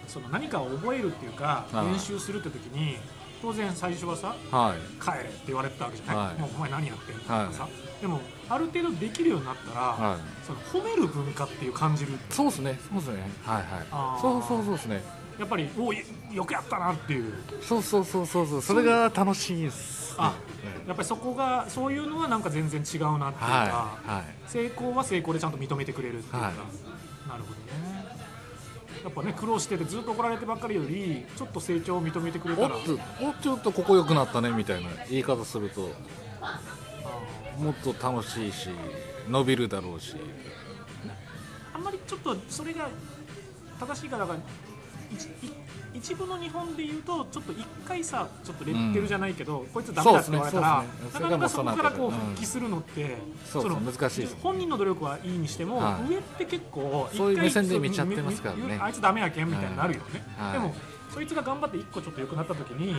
Speaker 6: その何かを覚えるっていうか
Speaker 8: はい
Speaker 6: 練習するって時に当然最初はさ
Speaker 8: はい
Speaker 6: 帰れって言われてたわけじゃない、
Speaker 8: はい
Speaker 6: もうお前何やってんのと
Speaker 8: はい
Speaker 6: かさ、でもある程度できるようになったら、
Speaker 8: はい
Speaker 6: その褒める文化っていう感じる
Speaker 8: そうですねそうですねはい
Speaker 6: あ
Speaker 8: は
Speaker 6: ー
Speaker 8: いそうそうそうですね
Speaker 6: やっぱりおうよよくやったなっていう
Speaker 8: そうそうそうそうそうそれが楽しいです、ね、
Speaker 6: あ
Speaker 8: うん
Speaker 6: やっぱりそこがそういうのはなんか全然違うなっていうか、
Speaker 8: はいは
Speaker 6: 成功は成功でちゃんと認めてくれるっていうか、
Speaker 8: はい
Speaker 6: なるほどねやっぱね苦労しててずっと怒られてばっかりよりちょっと成長を認めてくれ
Speaker 8: いお
Speaker 6: た
Speaker 8: っ
Speaker 6: ら
Speaker 8: とおっちょっとここ良くなったねみたいな言い方するともっと楽しいし伸びるだろうし
Speaker 6: あんまりちょっとそれが正しいかだから一一一部の日本で言うとちょっと一回さちょっとレッテルじゃないけど、こいつダメだって言われたら、
Speaker 8: そうですね
Speaker 6: な
Speaker 8: そうですね
Speaker 6: かなかそこからこ
Speaker 8: それが
Speaker 6: う
Speaker 8: もうそうなってる
Speaker 6: 復帰するのって、
Speaker 8: そうですね難しいですね
Speaker 6: 本人の努力はいいにしても、
Speaker 8: はい
Speaker 6: 上って結構
Speaker 8: そういう
Speaker 6: 一回
Speaker 8: 目線で見ちゃってますからね
Speaker 6: そうみみあいつダメやけんみたいになるよね、
Speaker 8: はい
Speaker 6: でもそいつが頑張って一個ちょっと良くなった時に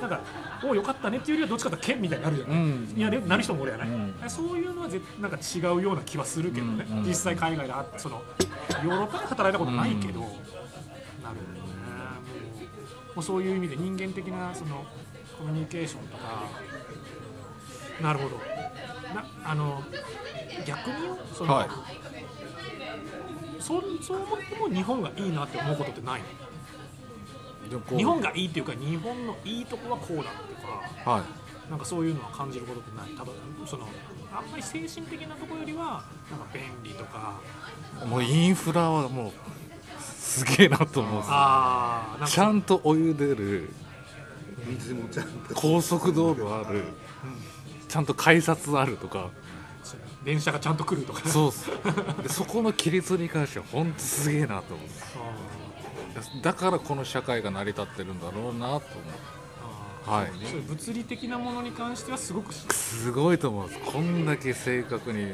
Speaker 6: なんかおうよかったねっていうよりはどっちかというとけんみたいになるよね、
Speaker 8: うん
Speaker 6: いやでなる人も俺やない、
Speaker 8: うん
Speaker 6: そういうのは絶なんか違うような気はするけどね、
Speaker 8: うんうん
Speaker 6: 実際海外であそのヨーロッパで働いたことないけど、
Speaker 8: うん
Speaker 6: なるほどねもうもうそういう意味で人間的なそのコミュニケーションとかなるほどなあの逆によその、
Speaker 8: はい
Speaker 6: そそう思っても日本がいいなって思うことってないの
Speaker 8: でもこう
Speaker 6: 日本がいいっていうか日本のいいとこはこうだとか
Speaker 8: はい
Speaker 6: なんかそういうのは感じることってないただそのあんまり精神的なところよりはなんか便利とか
Speaker 8: もうインフラはもうすげえなと思うんですよ
Speaker 6: あーなんか
Speaker 8: ちゃんとお湯出る
Speaker 7: 水もちゃんと
Speaker 8: 高速道路あるちゃんと改札あるとか
Speaker 6: そう電車がちゃんと来るとか
Speaker 8: そうっすでそこの規律に関しては本当すげえなと思
Speaker 6: あ
Speaker 8: うだからこの社会が成り立ってるんだろうなと思
Speaker 6: ーあ
Speaker 8: うはい
Speaker 6: ーそういう物理的なものに関してはすごく
Speaker 8: すごいと思うんですこんだけ正確に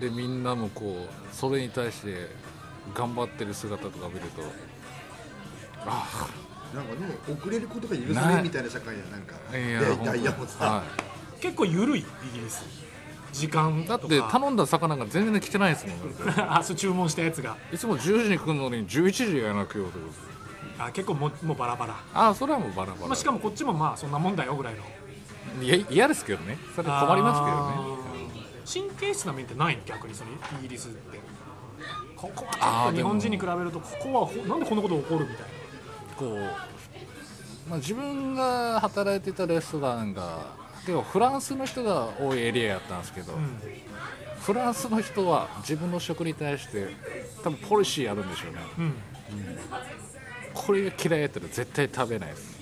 Speaker 8: でみんなもこうそれに対して頑張ってる姿とか見るとあ
Speaker 7: なんかね遅れることが許され
Speaker 8: ない
Speaker 7: みたいな社会やなんか
Speaker 8: あいや
Speaker 7: で
Speaker 8: 本当
Speaker 7: ダ
Speaker 8: に
Speaker 7: イヤも
Speaker 8: は
Speaker 7: さ、
Speaker 8: い
Speaker 6: 結構緩いイギリス時間
Speaker 8: だ
Speaker 6: と
Speaker 8: っ
Speaker 6: か
Speaker 8: て頼んだ魚が全然来てないですもん
Speaker 6: あそう注文したやつが
Speaker 8: いつも10時に来るのに11時やらなくよということです
Speaker 6: あ結構もうもうバラバラ、
Speaker 8: ああそれはもうバラバラ、
Speaker 6: まあ、しかもこっちもまあそんなもんだよぐらいの
Speaker 8: いや嫌ですけどねそれは困りますけどね
Speaker 6: すけどね神経質な面ってないの逆にそのイギリスってここはちょっ
Speaker 8: あ
Speaker 6: と
Speaker 8: ー
Speaker 6: 日
Speaker 8: でも
Speaker 6: 本人に比べるとここはほなんでこんなこと起こるみたい
Speaker 8: こう、まあ、自分が働いてたレストランがでもフランスの人が多いエリアやったんですけど、
Speaker 6: な、うん
Speaker 8: フランスの人は自分の食に対して多分ポリシーあるんでしょうね
Speaker 6: うん、
Speaker 8: これが嫌いやったら絶対食べないです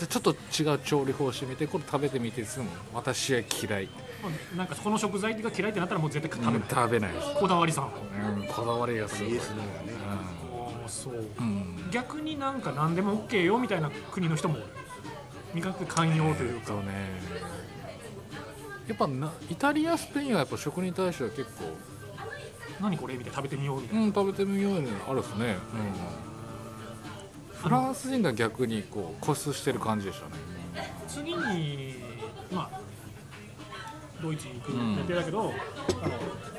Speaker 8: でちょっと違う調理法をしてみてこれ食べてみてすぐ私は嫌い
Speaker 6: まあなんかこの食材が嫌いってなったらもう絶対食べない、
Speaker 8: 食べないです
Speaker 6: こだわりさん
Speaker 8: うん、こだわりがすご
Speaker 7: イ
Speaker 8: い
Speaker 7: エスノーがね
Speaker 6: ああそう、
Speaker 8: うん
Speaker 6: 逆になんか何でも OK よみたいな国の人も味覚寛容という
Speaker 8: そ
Speaker 6: か、
Speaker 8: うねやっぱなイタリアスペインはやっぱ食に対しては結構
Speaker 6: 何これみたいな食べてみようみたいな、
Speaker 8: うん食べてみようよねあるですね、うん、フランス人が逆にこう固執してる感じでしたね
Speaker 6: 次にまあドイツに行く予定だけど、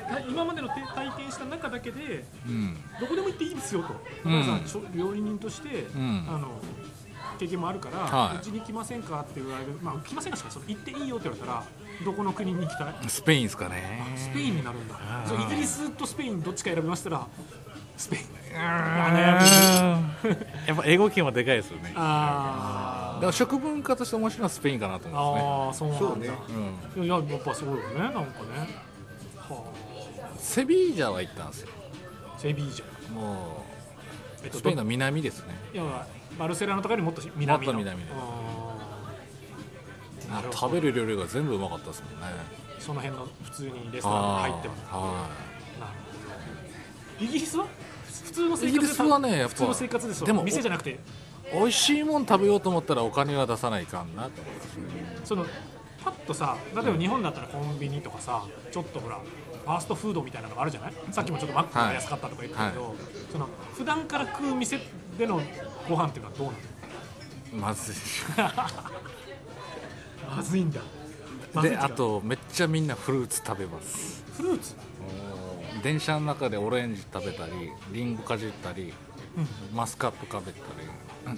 Speaker 6: あのな今までのて体験した中だけで
Speaker 8: うん
Speaker 6: どこでも行っていいですよと、
Speaker 8: うん
Speaker 6: さんちょ料理人として、
Speaker 8: ん
Speaker 6: あの経験もあるから、
Speaker 8: はいう
Speaker 6: ちに来ませんかって言われる、まあ、来ませんかしかその行っていいよって言われたらどこの国に行きたい
Speaker 8: スペインですかね
Speaker 6: スペインになるんだ
Speaker 8: あー
Speaker 6: そうイギリスとスペインどっちか選びましたらスペイン
Speaker 8: うんやっぱ英語圏はでかいですよね
Speaker 6: あ
Speaker 8: でも食文化として面白いのはスペインかなと
Speaker 6: ー
Speaker 8: 思うんで
Speaker 6: あーそうなんだ
Speaker 7: そうね
Speaker 8: すね、
Speaker 6: いややっぱそうよねなんかねは
Speaker 8: うん、セビージャは行ったんですよ
Speaker 6: あセビージャ
Speaker 8: も
Speaker 6: えっ
Speaker 8: う
Speaker 6: と
Speaker 8: スペイン
Speaker 6: ど
Speaker 8: の南ですね
Speaker 6: いやバルセロナとかよりもっと南の
Speaker 8: もっと南で
Speaker 6: あーなるほ
Speaker 8: 食
Speaker 6: ど
Speaker 8: べる料理が全部うまかったですもんね
Speaker 6: その辺の普通にレストランに入ってます
Speaker 8: はい
Speaker 6: なるほどイギリスは普通の生活
Speaker 8: イギリスはねやっぱ
Speaker 6: 普通の生活ですよ
Speaker 8: でも
Speaker 6: 店じゃなくて
Speaker 8: 美味しいもん食べようと思ったらお金は出さないかんなと思いますね
Speaker 6: そのパッとさ例えば日本だったらコンビニとかさちょっとほらファーストフードみたいなのがあるじゃないさっきもちょっとマックが安かったとか言ってたけど、その普段から食う店でのご飯っていうのはどうな
Speaker 8: まずい
Speaker 6: のまずいんだまずい
Speaker 8: で
Speaker 6: っていう
Speaker 8: あ
Speaker 6: か
Speaker 8: とめっちゃみんなフルーツ食べます
Speaker 6: フルーツ
Speaker 8: 電車の中でオレンジ食べたりリンゴかじったり、マスカット食べたり、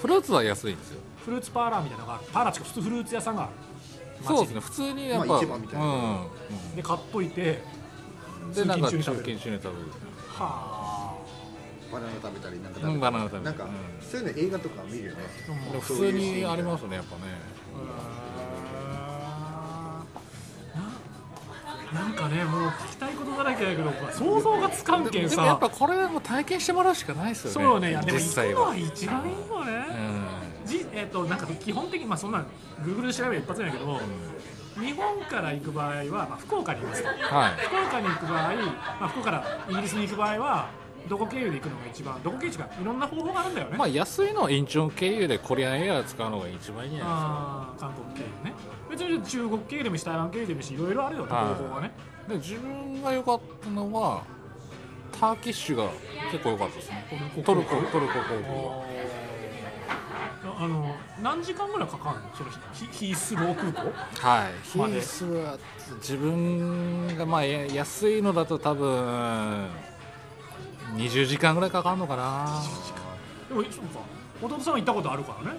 Speaker 8: フルーツは安いんですよ
Speaker 6: フルーツパーラーみたいなのがあるパーラーっていうか普通フルーツ屋さんがある
Speaker 8: そうですね普通にやっぱ、
Speaker 7: まあ市場みたいな
Speaker 8: うん
Speaker 6: で買っといて
Speaker 8: うん、
Speaker 6: 通
Speaker 8: でなん
Speaker 6: 勤
Speaker 8: か
Speaker 6: 中
Speaker 8: 中
Speaker 6: に
Speaker 8: 堅
Speaker 6: 食べ
Speaker 8: 中に
Speaker 6: る
Speaker 8: 食べる
Speaker 6: は
Speaker 7: バナナ食べたりなんか
Speaker 8: うんバナナ食べたり
Speaker 7: なんか
Speaker 8: うん
Speaker 7: そういうの映画とか見るよね
Speaker 8: でも普通にありますねやっぱね
Speaker 6: あななんかねもう聞きたいことだらけだけど想像がつかんけん
Speaker 8: で
Speaker 6: さ
Speaker 8: もやっぱこれはもう体験してもらうしかないですよね
Speaker 6: そうねいやでも
Speaker 8: 実
Speaker 6: 行く
Speaker 8: 際
Speaker 6: の
Speaker 8: は
Speaker 6: は一番いいよね、じえっとなんか基本的にまあそんな Google で調べれば一発なんやけど、日本から行く場合は、まあ、福岡にいますと
Speaker 8: うんはい
Speaker 6: 福岡に行く場合、まあ、福岡からイギリスに行く場合はどこ経由で行くのが一番どこ経由っていうかいろんな方法があるんだよね、
Speaker 8: まあ安いのはインチョン経由でコリアンエアー使うのが一番いいんじゃないですか
Speaker 6: あー韓国経由ね別に中国経由でもし台湾経由でもしいろいろあるよ方法はね
Speaker 8: で自分が良かったのはターキッシュが結構良かったですねトルコトルコ航
Speaker 6: あ
Speaker 8: 空
Speaker 6: ーあの何時間ぐらいかかるのそのヒヒースロー空港
Speaker 8: はいヒ
Speaker 6: まで
Speaker 8: ースは自分がまあや安いのだと多分20時間ぐらいかかるのかな
Speaker 6: でもそうか弟さんは行ったことあるからね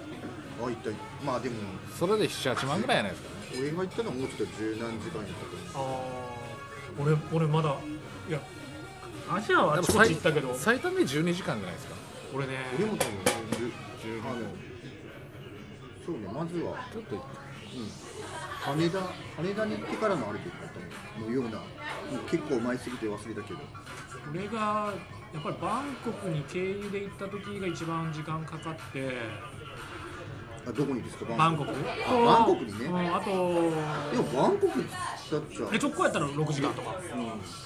Speaker 7: あ行った行ったまあでも
Speaker 8: それで78万ぐらいじゃないですかね
Speaker 7: 俺が行ったのはもうちょっと十何時間に行ったと思う
Speaker 6: 俺俺まだいやアジアはあちこち行ったけど
Speaker 8: 最短で12時間じゃないですか
Speaker 6: 俺ね
Speaker 7: 俺も多分
Speaker 8: 十
Speaker 7: あのそうねまずは
Speaker 8: ちょっと
Speaker 7: 羽田羽田に行ってからも歩いて行ったと思うのようなもう結構前すぎて忘れたけど
Speaker 6: 俺がやっぱりバンコクに経由で行った時が一番時間かかって
Speaker 7: あどこにですか
Speaker 6: バンコク
Speaker 7: あバンコクにね
Speaker 6: うんあと
Speaker 7: でもバンコクだっちゃ
Speaker 6: え直行やったら6時間とか、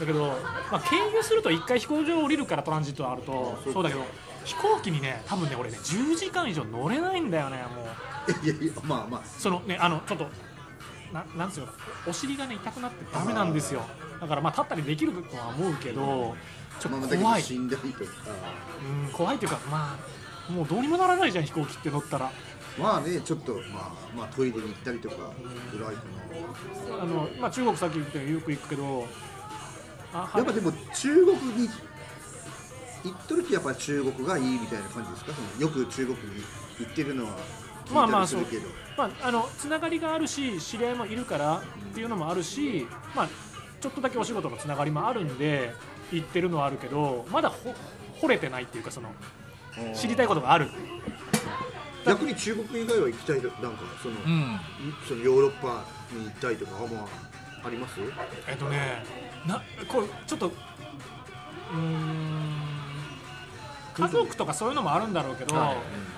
Speaker 6: だけど、まあ、経由すると1回飛行場降りるからトランジットあるとそうだけど飛行機にね多分ね俺ね10時間以上乗れないんだよねもう
Speaker 7: いやいやまあまあ
Speaker 6: そのねあのちょっとななんつうのお尻がね痛くなってダメなんですよだからまあ立ったりできるとは思うけどちょ
Speaker 7: まあま
Speaker 6: っ
Speaker 7: あ
Speaker 6: と
Speaker 7: だけ
Speaker 6: 怖
Speaker 7: ど
Speaker 6: い
Speaker 7: 死んだりとか
Speaker 6: うん怖いというかまあもうどうにもならないじゃん飛行機って乗ったら
Speaker 7: まあねちょっとまあまあトイレに行ったりとかぐらいかな
Speaker 6: あの、まあ、中国さっき言ったようによく行くけどあは
Speaker 7: やっぱでも中国に行っとるきやっぱ中国がいいみたいな感じですかそのよく中国に行ってるのは
Speaker 6: まあ
Speaker 7: 聞いた
Speaker 6: まあ
Speaker 7: りす
Speaker 6: そう
Speaker 7: るけど、
Speaker 6: まあ、あのつながりがあるし知り合いもいるからっていうのもあるし、まあ、ちょっとだけお仕事のつながりもあるんで行ってるのはあるけどまだほ惚れてないっていうかその知りたいことがある
Speaker 7: 逆に中国以外は行きたいなんかその,、
Speaker 8: うん
Speaker 7: そのヨーロッパに行ったりとかはまああります
Speaker 6: えっとねなこれちょっとうーん家族とかそういうのもあるんだろうけど、
Speaker 8: はい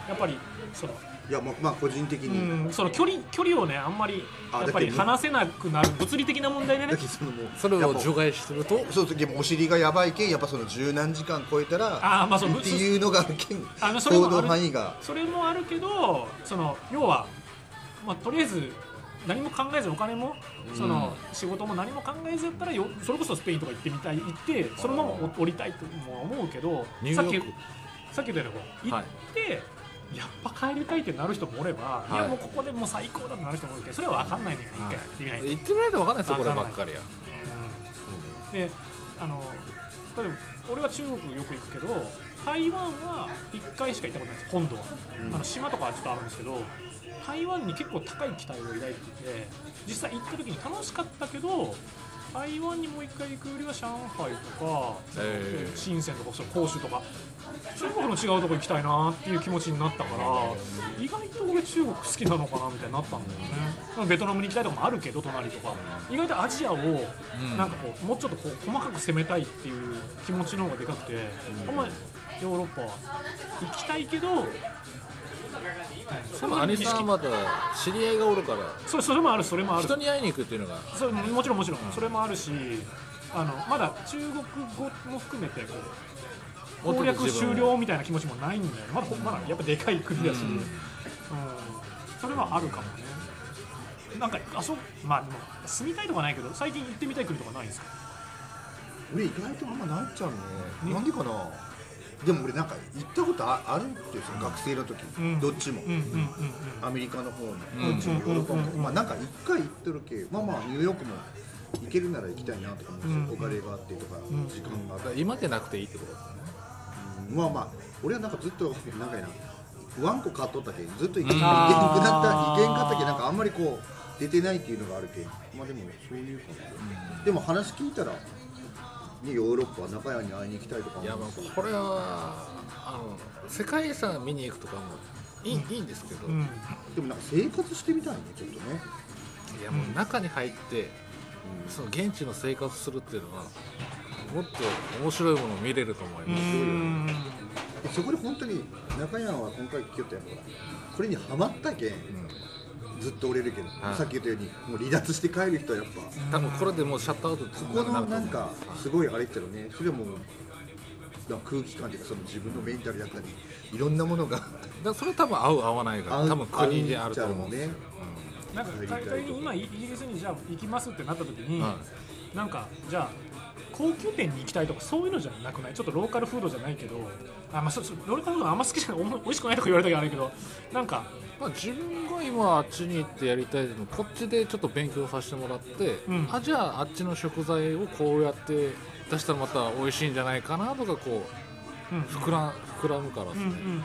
Speaker 6: やっぱりその
Speaker 7: いやまあまあ個人的
Speaker 6: う
Speaker 7: に、
Speaker 6: んその距離距離をねあんまり
Speaker 7: あ
Speaker 6: やっぱり
Speaker 7: だけど
Speaker 6: 離せなくなる物理的な問題でね
Speaker 7: だけどそのもう
Speaker 8: それ
Speaker 7: や
Speaker 8: を
Speaker 7: っぱ
Speaker 8: 除外すると
Speaker 7: そうそうでもお尻がやばいけんやっぱその十何時間超えたら
Speaker 6: あーまあそう
Speaker 7: っていうのがあるけん
Speaker 6: あのそれも
Speaker 7: 行
Speaker 6: ある
Speaker 7: 動範囲が
Speaker 6: それもあるけどその要は、まあ、とりあえず何も考えずお金もその、仕事も何も考えずやったらよそれこそスペインとか行ってみたい行ってそのまま降りたいとも思うけど
Speaker 8: ニュ
Speaker 6: さっ
Speaker 8: ー
Speaker 6: き
Speaker 8: ヨーク
Speaker 6: さっき言ったようにこう行
Speaker 8: はい
Speaker 6: って、やっぱ帰りたいってなる人もおれば、い、
Speaker 8: は
Speaker 6: や
Speaker 8: い
Speaker 6: もうここでもう最高だってなる人もおるけどそれは分かんないのよね一
Speaker 8: はい
Speaker 6: 回やってみないと。
Speaker 8: 行ってみないと分かんないですよこればっかりは
Speaker 6: であの例えば俺は中国よく行くけど台湾は1回しか行ったことないです今度は、あの島とかはちょっとあるんですけど台湾に結構高い期待を抱いてて実際行った時に楽しかったけど台湾にもう1回行くよりは上海とか、
Speaker 8: えー
Speaker 6: 深センとかそう広州とか中国の違うとこ行きたいなっていう気持ちになったから意外と俺中国好きなのかなみたいになったんだよねまあベトナムに行きたいとかもあるけど隣とか意外とアジアをなんかこうもうちょっとこう細かく攻めたいっていう気持ちの方がでかくてあんまりヨーロッパは行きたいけど
Speaker 8: でも兄さんはまだ知り合いがおるから
Speaker 6: それそれもあるそれもある
Speaker 8: 人に会いに行くっていうのが
Speaker 6: それももちろんもちろんそれもあるしあのまだ中国語も含めてこう攻略終了みたいな気持ちもないんだよねまだまだやっぱでかい国だし、
Speaker 8: うん
Speaker 6: うんそれはあるかもねなんかあそまあでも住みたいとかないけど最近行ってみたい国とかないんですか
Speaker 7: 俺意外とあんまないっちゃうねなんでかなでも俺なんか行ったことああるんですよ学生の時、
Speaker 6: ん
Speaker 7: どっちも、
Speaker 6: うんうんうんうん
Speaker 7: アメリカの方も、
Speaker 8: ん
Speaker 7: こっちもヨーロッパも、
Speaker 6: うんうんうんうん
Speaker 7: まあなんか一回行っとるけまあまあニューヨークも行けるなら行きたいなとか思うんですよ、
Speaker 6: うん
Speaker 7: お金があってとか、
Speaker 6: ん
Speaker 7: 時間があって、
Speaker 8: だから今でなくていいってことだね
Speaker 7: うんまあまあ俺はなんかずっと長いなワンコ買っとったけずっと行け
Speaker 8: うん
Speaker 7: 行けんくな
Speaker 6: あー
Speaker 7: った行けんかったけなんかあんまりこう出てないっていうのがあるけまあでもそういうかな、でも話聞いたら、ね、ヨーロッパ中屋に会いに行きたいとか
Speaker 8: いやま
Speaker 7: 思うし
Speaker 8: あこれはあの世界遺産見に行くとかもいい,、ん、いいんですけど、
Speaker 6: うん
Speaker 7: でもなんか生活してみたいねちょっとね
Speaker 8: いやもう中に入って、その現地の生活するっていうのはもっと面白いものを見れると思います、
Speaker 6: うん
Speaker 7: そこで本当に中屋は今回聞きよったやんほらこれにハマったけん、ずっと折れるけど、
Speaker 8: はい
Speaker 7: さっき言ったようにもう離脱して帰る人はやっぱ、
Speaker 8: 多分これでもうシャットアウトこ
Speaker 7: ここのなんかすごいあれってのねそれはもうなんか空気感というかその自分のメンタルやったりいろんなものが
Speaker 8: だからそれ多分合う合わないが
Speaker 7: 合う
Speaker 8: 多分国であると思うんですよ、
Speaker 7: 合う
Speaker 6: なんか大体今イギリスにじゃあ行きますってなった時に、
Speaker 8: は
Speaker 6: なんかじゃあ高級店に行きたいとかそういうのじゃなくないちょっとローカルフードじゃないけどあ、まあ、そうそうローカルフードあんま好きじゃないおも美味しくないとか言われたけどあれだけどなんか
Speaker 8: まあ、自分が今あっちに行ってやりたいのこっちでちょっと勉強させてもらって、
Speaker 6: うん
Speaker 8: あじゃああっちの食材をこうやって出したらまた美味しいんじゃないかなとかこ
Speaker 6: うん
Speaker 8: う膨ら膨らむからです
Speaker 6: う
Speaker 8: ね、
Speaker 6: んうんうんうん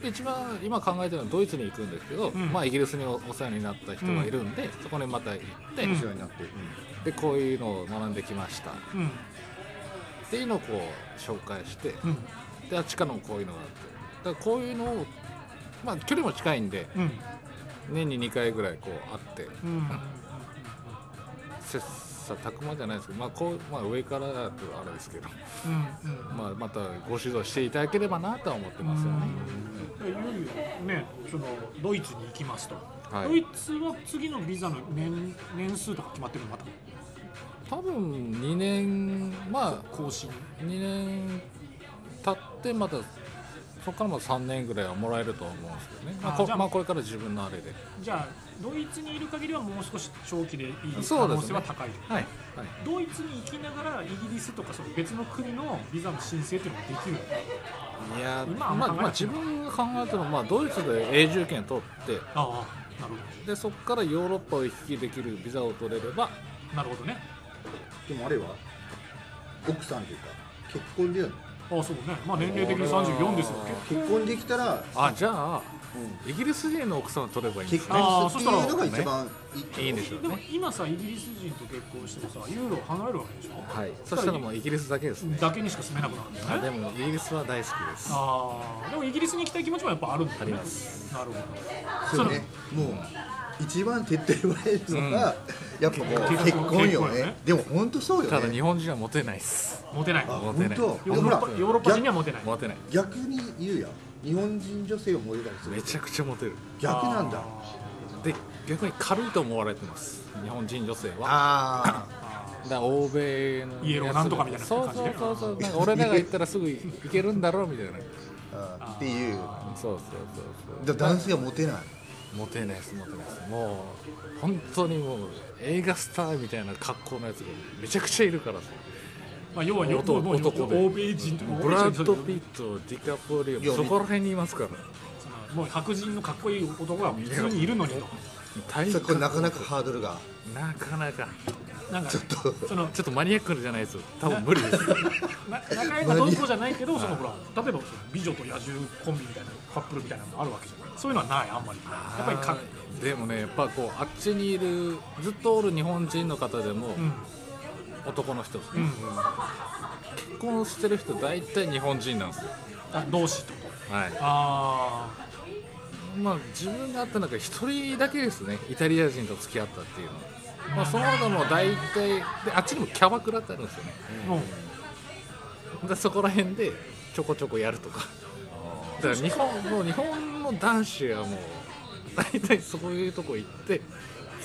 Speaker 8: で一番今考えてるのはドイツに行くんですけど、
Speaker 6: ん
Speaker 8: まあ、イギリスにおお世話になった人がいるんで、そこにまた行って、
Speaker 7: 一緒になって、
Speaker 8: でこういうのを学んできましたっ
Speaker 6: うんうん
Speaker 8: ていうのをこう紹介して、
Speaker 6: うん
Speaker 8: であっちからもこういうのがあってだからこういうのを、まあ、距離も近いんで
Speaker 6: うん
Speaker 8: 年に2回ぐらいこう会って
Speaker 6: うんうん
Speaker 8: 切磋琢磨じゃないですけど、まあこうまあ、上からだとあれですけど、
Speaker 6: うん
Speaker 8: まあ、またご指導していただければなとは思ってますよね。
Speaker 6: いよいよね、そのドイツに行きますと、
Speaker 8: はい
Speaker 6: ドイツは次のビザの年年数とか決まってるのまた
Speaker 8: 多分2年まあ
Speaker 6: 更新
Speaker 8: 2年経ってまたそこからまた3年ぐらいはもらえるとは思うんですけどね、まあ
Speaker 6: あ
Speaker 8: こ
Speaker 6: じゃあ
Speaker 8: まあ、これから自分のあれで
Speaker 6: じゃあドイツにいる限りはもう少し長期でいい
Speaker 8: そ
Speaker 6: 可
Speaker 8: うですね
Speaker 6: 能性は高いと
Speaker 8: はい、はい、
Speaker 6: ドイツに行きながらイギリスとかその別の国のビザの申請っていうのができるの
Speaker 8: いやー
Speaker 6: 今
Speaker 8: まあ、
Speaker 6: は考えなくても
Speaker 8: まあ、自分が考えてるのは、まあ、ドイツで永住権取って
Speaker 6: ああなるほ
Speaker 8: でそこからヨーロッパを行き来できるビザを取れれば
Speaker 6: どなるほどね
Speaker 7: でもあれは奥さんというか結婚で
Speaker 6: ああそうねまあ年齢的に34ですよ
Speaker 8: あー
Speaker 6: 結
Speaker 7: 結婚できたら、
Speaker 8: あじゃあ
Speaker 7: うん
Speaker 8: イギリス人の奥さんを取ればいいんで
Speaker 7: 結
Speaker 8: すね
Speaker 6: あ
Speaker 7: 婚
Speaker 6: ーそ
Speaker 7: する
Speaker 6: したら
Speaker 7: っていうのが一番いい
Speaker 8: いいんでしょう
Speaker 6: でも
Speaker 8: ね
Speaker 6: 今さイギリス人と結婚してもさユーロ離れるわけでしょ、
Speaker 8: はいそしたらもうイギリスだけですね
Speaker 6: だけにしか住めなくなるんだよね
Speaker 8: あでもイギリスは大好きです
Speaker 6: ああでもイギリスに行きたい気持ちもやっぱあるんだよね
Speaker 8: あります
Speaker 6: なるほど
Speaker 7: そうねもう一番手っ取り早いのが、やっぱもう
Speaker 6: 結婚
Speaker 7: 結婚
Speaker 6: 結
Speaker 7: よね
Speaker 6: 婚よね
Speaker 7: でも本当そうよね
Speaker 8: ただ日本人はモテないです
Speaker 6: そのモテない
Speaker 7: あ
Speaker 6: ヨ
Speaker 8: モ
Speaker 7: 本
Speaker 8: テない
Speaker 7: 当
Speaker 6: ーロッパ
Speaker 7: ほら
Speaker 6: ヨーロッパ人にはモテない
Speaker 8: モテない
Speaker 7: 逆に言うやん日本人女性をモデルにする
Speaker 8: めちゃくちゃモテる
Speaker 7: 逆なんだ
Speaker 8: で逆に軽いと思われてます日本人女性は
Speaker 7: ああ
Speaker 8: だから欧米の
Speaker 6: イエローなんとかみたいな
Speaker 8: そう
Speaker 6: 感じ
Speaker 8: そ
Speaker 6: ね
Speaker 8: うそうそうなんか俺らが行ったらすぐ行けるんだろうみたいな
Speaker 7: あーっていう
Speaker 8: そうそうそうそ
Speaker 7: だ
Speaker 8: う
Speaker 7: 男性はモテない
Speaker 8: モテないですモテないですもう本当にもう映画スターみたいな格好のやつがめちゃくちゃいるからさ
Speaker 6: まあ要は
Speaker 8: 男
Speaker 6: もう
Speaker 8: 男で
Speaker 6: 欧米人と
Speaker 8: ブラッド・ピットディカプリ
Speaker 7: いや
Speaker 8: オそこら辺にいますから
Speaker 6: そのもう白人のかっこいい男が普通にいるのにと
Speaker 8: 体
Speaker 7: そ
Speaker 8: 格
Speaker 7: こなかなかハードルが
Speaker 8: なかなか
Speaker 6: なんかちょっとその
Speaker 8: ちょっとマニアックじゃないですよ多分無理です
Speaker 6: な仲良くどうこうじゃないけどそのほら例えばその美女と野獣コンビみたいなカップルみたいなのもあるわけじゃないそういうのはないあんまりやっぱりか
Speaker 8: でもねやっぱこうあっちにいるずっとおる日本人の方でも、
Speaker 6: うん
Speaker 8: 男の人です
Speaker 6: う
Speaker 8: ね、
Speaker 6: ん
Speaker 8: 結婚してる人大体日本人なんですよ
Speaker 6: あ同士ってこと
Speaker 8: はい
Speaker 6: ああ
Speaker 8: まあ自分があった中一人だけですねイタリア人と付き合ったっていうのはまあその他も大体であっちにもキャバクラってあるんですよね
Speaker 6: もう
Speaker 8: でそこら辺でちょこちょこやるとかだから日本もう日本の男子はもう大体そういうとこ行って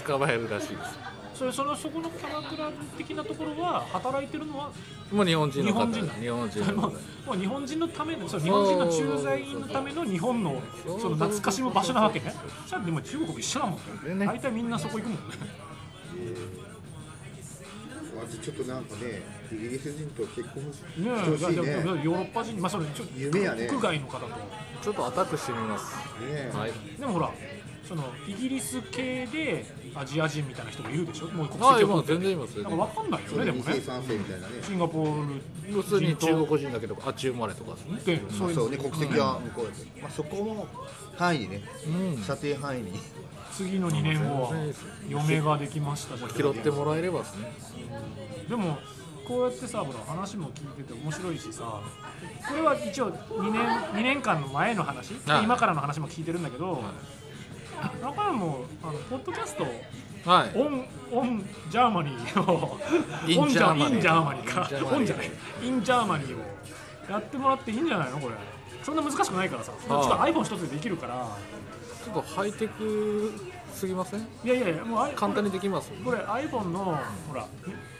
Speaker 8: 捕まえるらしいです
Speaker 6: それそのそこのキャバクラ的なところは働いてるのは
Speaker 8: もう日本人の方
Speaker 6: 日本人だ
Speaker 8: 日本人
Speaker 6: も
Speaker 8: の
Speaker 6: うもう日本人のためのその日本人の駐在員のための日本のその懐かしむ場所なわけねじゃあでも中国一緒だも
Speaker 8: で
Speaker 6: んね
Speaker 8: ね
Speaker 6: 大体みんなそこ行くもんね
Speaker 7: あとちょっとなんかねイギリス人と結婚して
Speaker 6: ね
Speaker 7: ほ
Speaker 6: えじゃあ
Speaker 7: しい
Speaker 6: じゃあ
Speaker 7: ね
Speaker 6: ヨ
Speaker 7: ね
Speaker 6: ーロッパ人まあそれちょっ
Speaker 7: 夢やね
Speaker 6: と国外の方と
Speaker 8: ちょっとアタックしてみます
Speaker 7: え
Speaker 8: はい
Speaker 6: でもほらそのイギリス系でアジア人みたいな人もいるでしょもう国
Speaker 8: あ
Speaker 6: 籍
Speaker 8: 今
Speaker 6: を
Speaker 8: 全然います
Speaker 6: なんか分かんないよ
Speaker 7: そ
Speaker 6: ね
Speaker 7: れ
Speaker 6: で
Speaker 7: で
Speaker 6: も
Speaker 7: 2
Speaker 6: ね
Speaker 7: 世3世みたいなね
Speaker 6: シンガポー
Speaker 8: 普
Speaker 6: ル
Speaker 8: 通に
Speaker 6: 人
Speaker 8: 中
Speaker 6: と
Speaker 8: 国人だけどあっち生まれとかですね
Speaker 6: でそういうの
Speaker 7: そうね国籍は向こうやけどまあそこも範囲にね
Speaker 8: うん
Speaker 7: 射程範囲に
Speaker 6: 次の2年後は
Speaker 8: 全然いいですよ
Speaker 6: 嫁ができましたじゃん
Speaker 8: 拾ってもらえればですね
Speaker 6: でもこうやってさほら話も聞いてて面白いしさこれは一応2年 ,2 年間の前の話、
Speaker 8: はい
Speaker 6: 今からの話も聞いてるんだけど、中山もあのポッドキャスト
Speaker 8: はい
Speaker 6: オンオンジャーマニーを
Speaker 8: In
Speaker 6: オンジャ
Speaker 8: Germany
Speaker 6: インジャーマニーか
Speaker 8: In Germany
Speaker 6: オンじゃないインジャーマニーをやってもらっていいんじゃないのこれそんな難しくないからさちょっと iPhone 一つでできるから
Speaker 8: ちょっとハイテクすぎません
Speaker 6: いやいやいやもうあい
Speaker 8: 簡単にできます
Speaker 6: これ iPhone のほら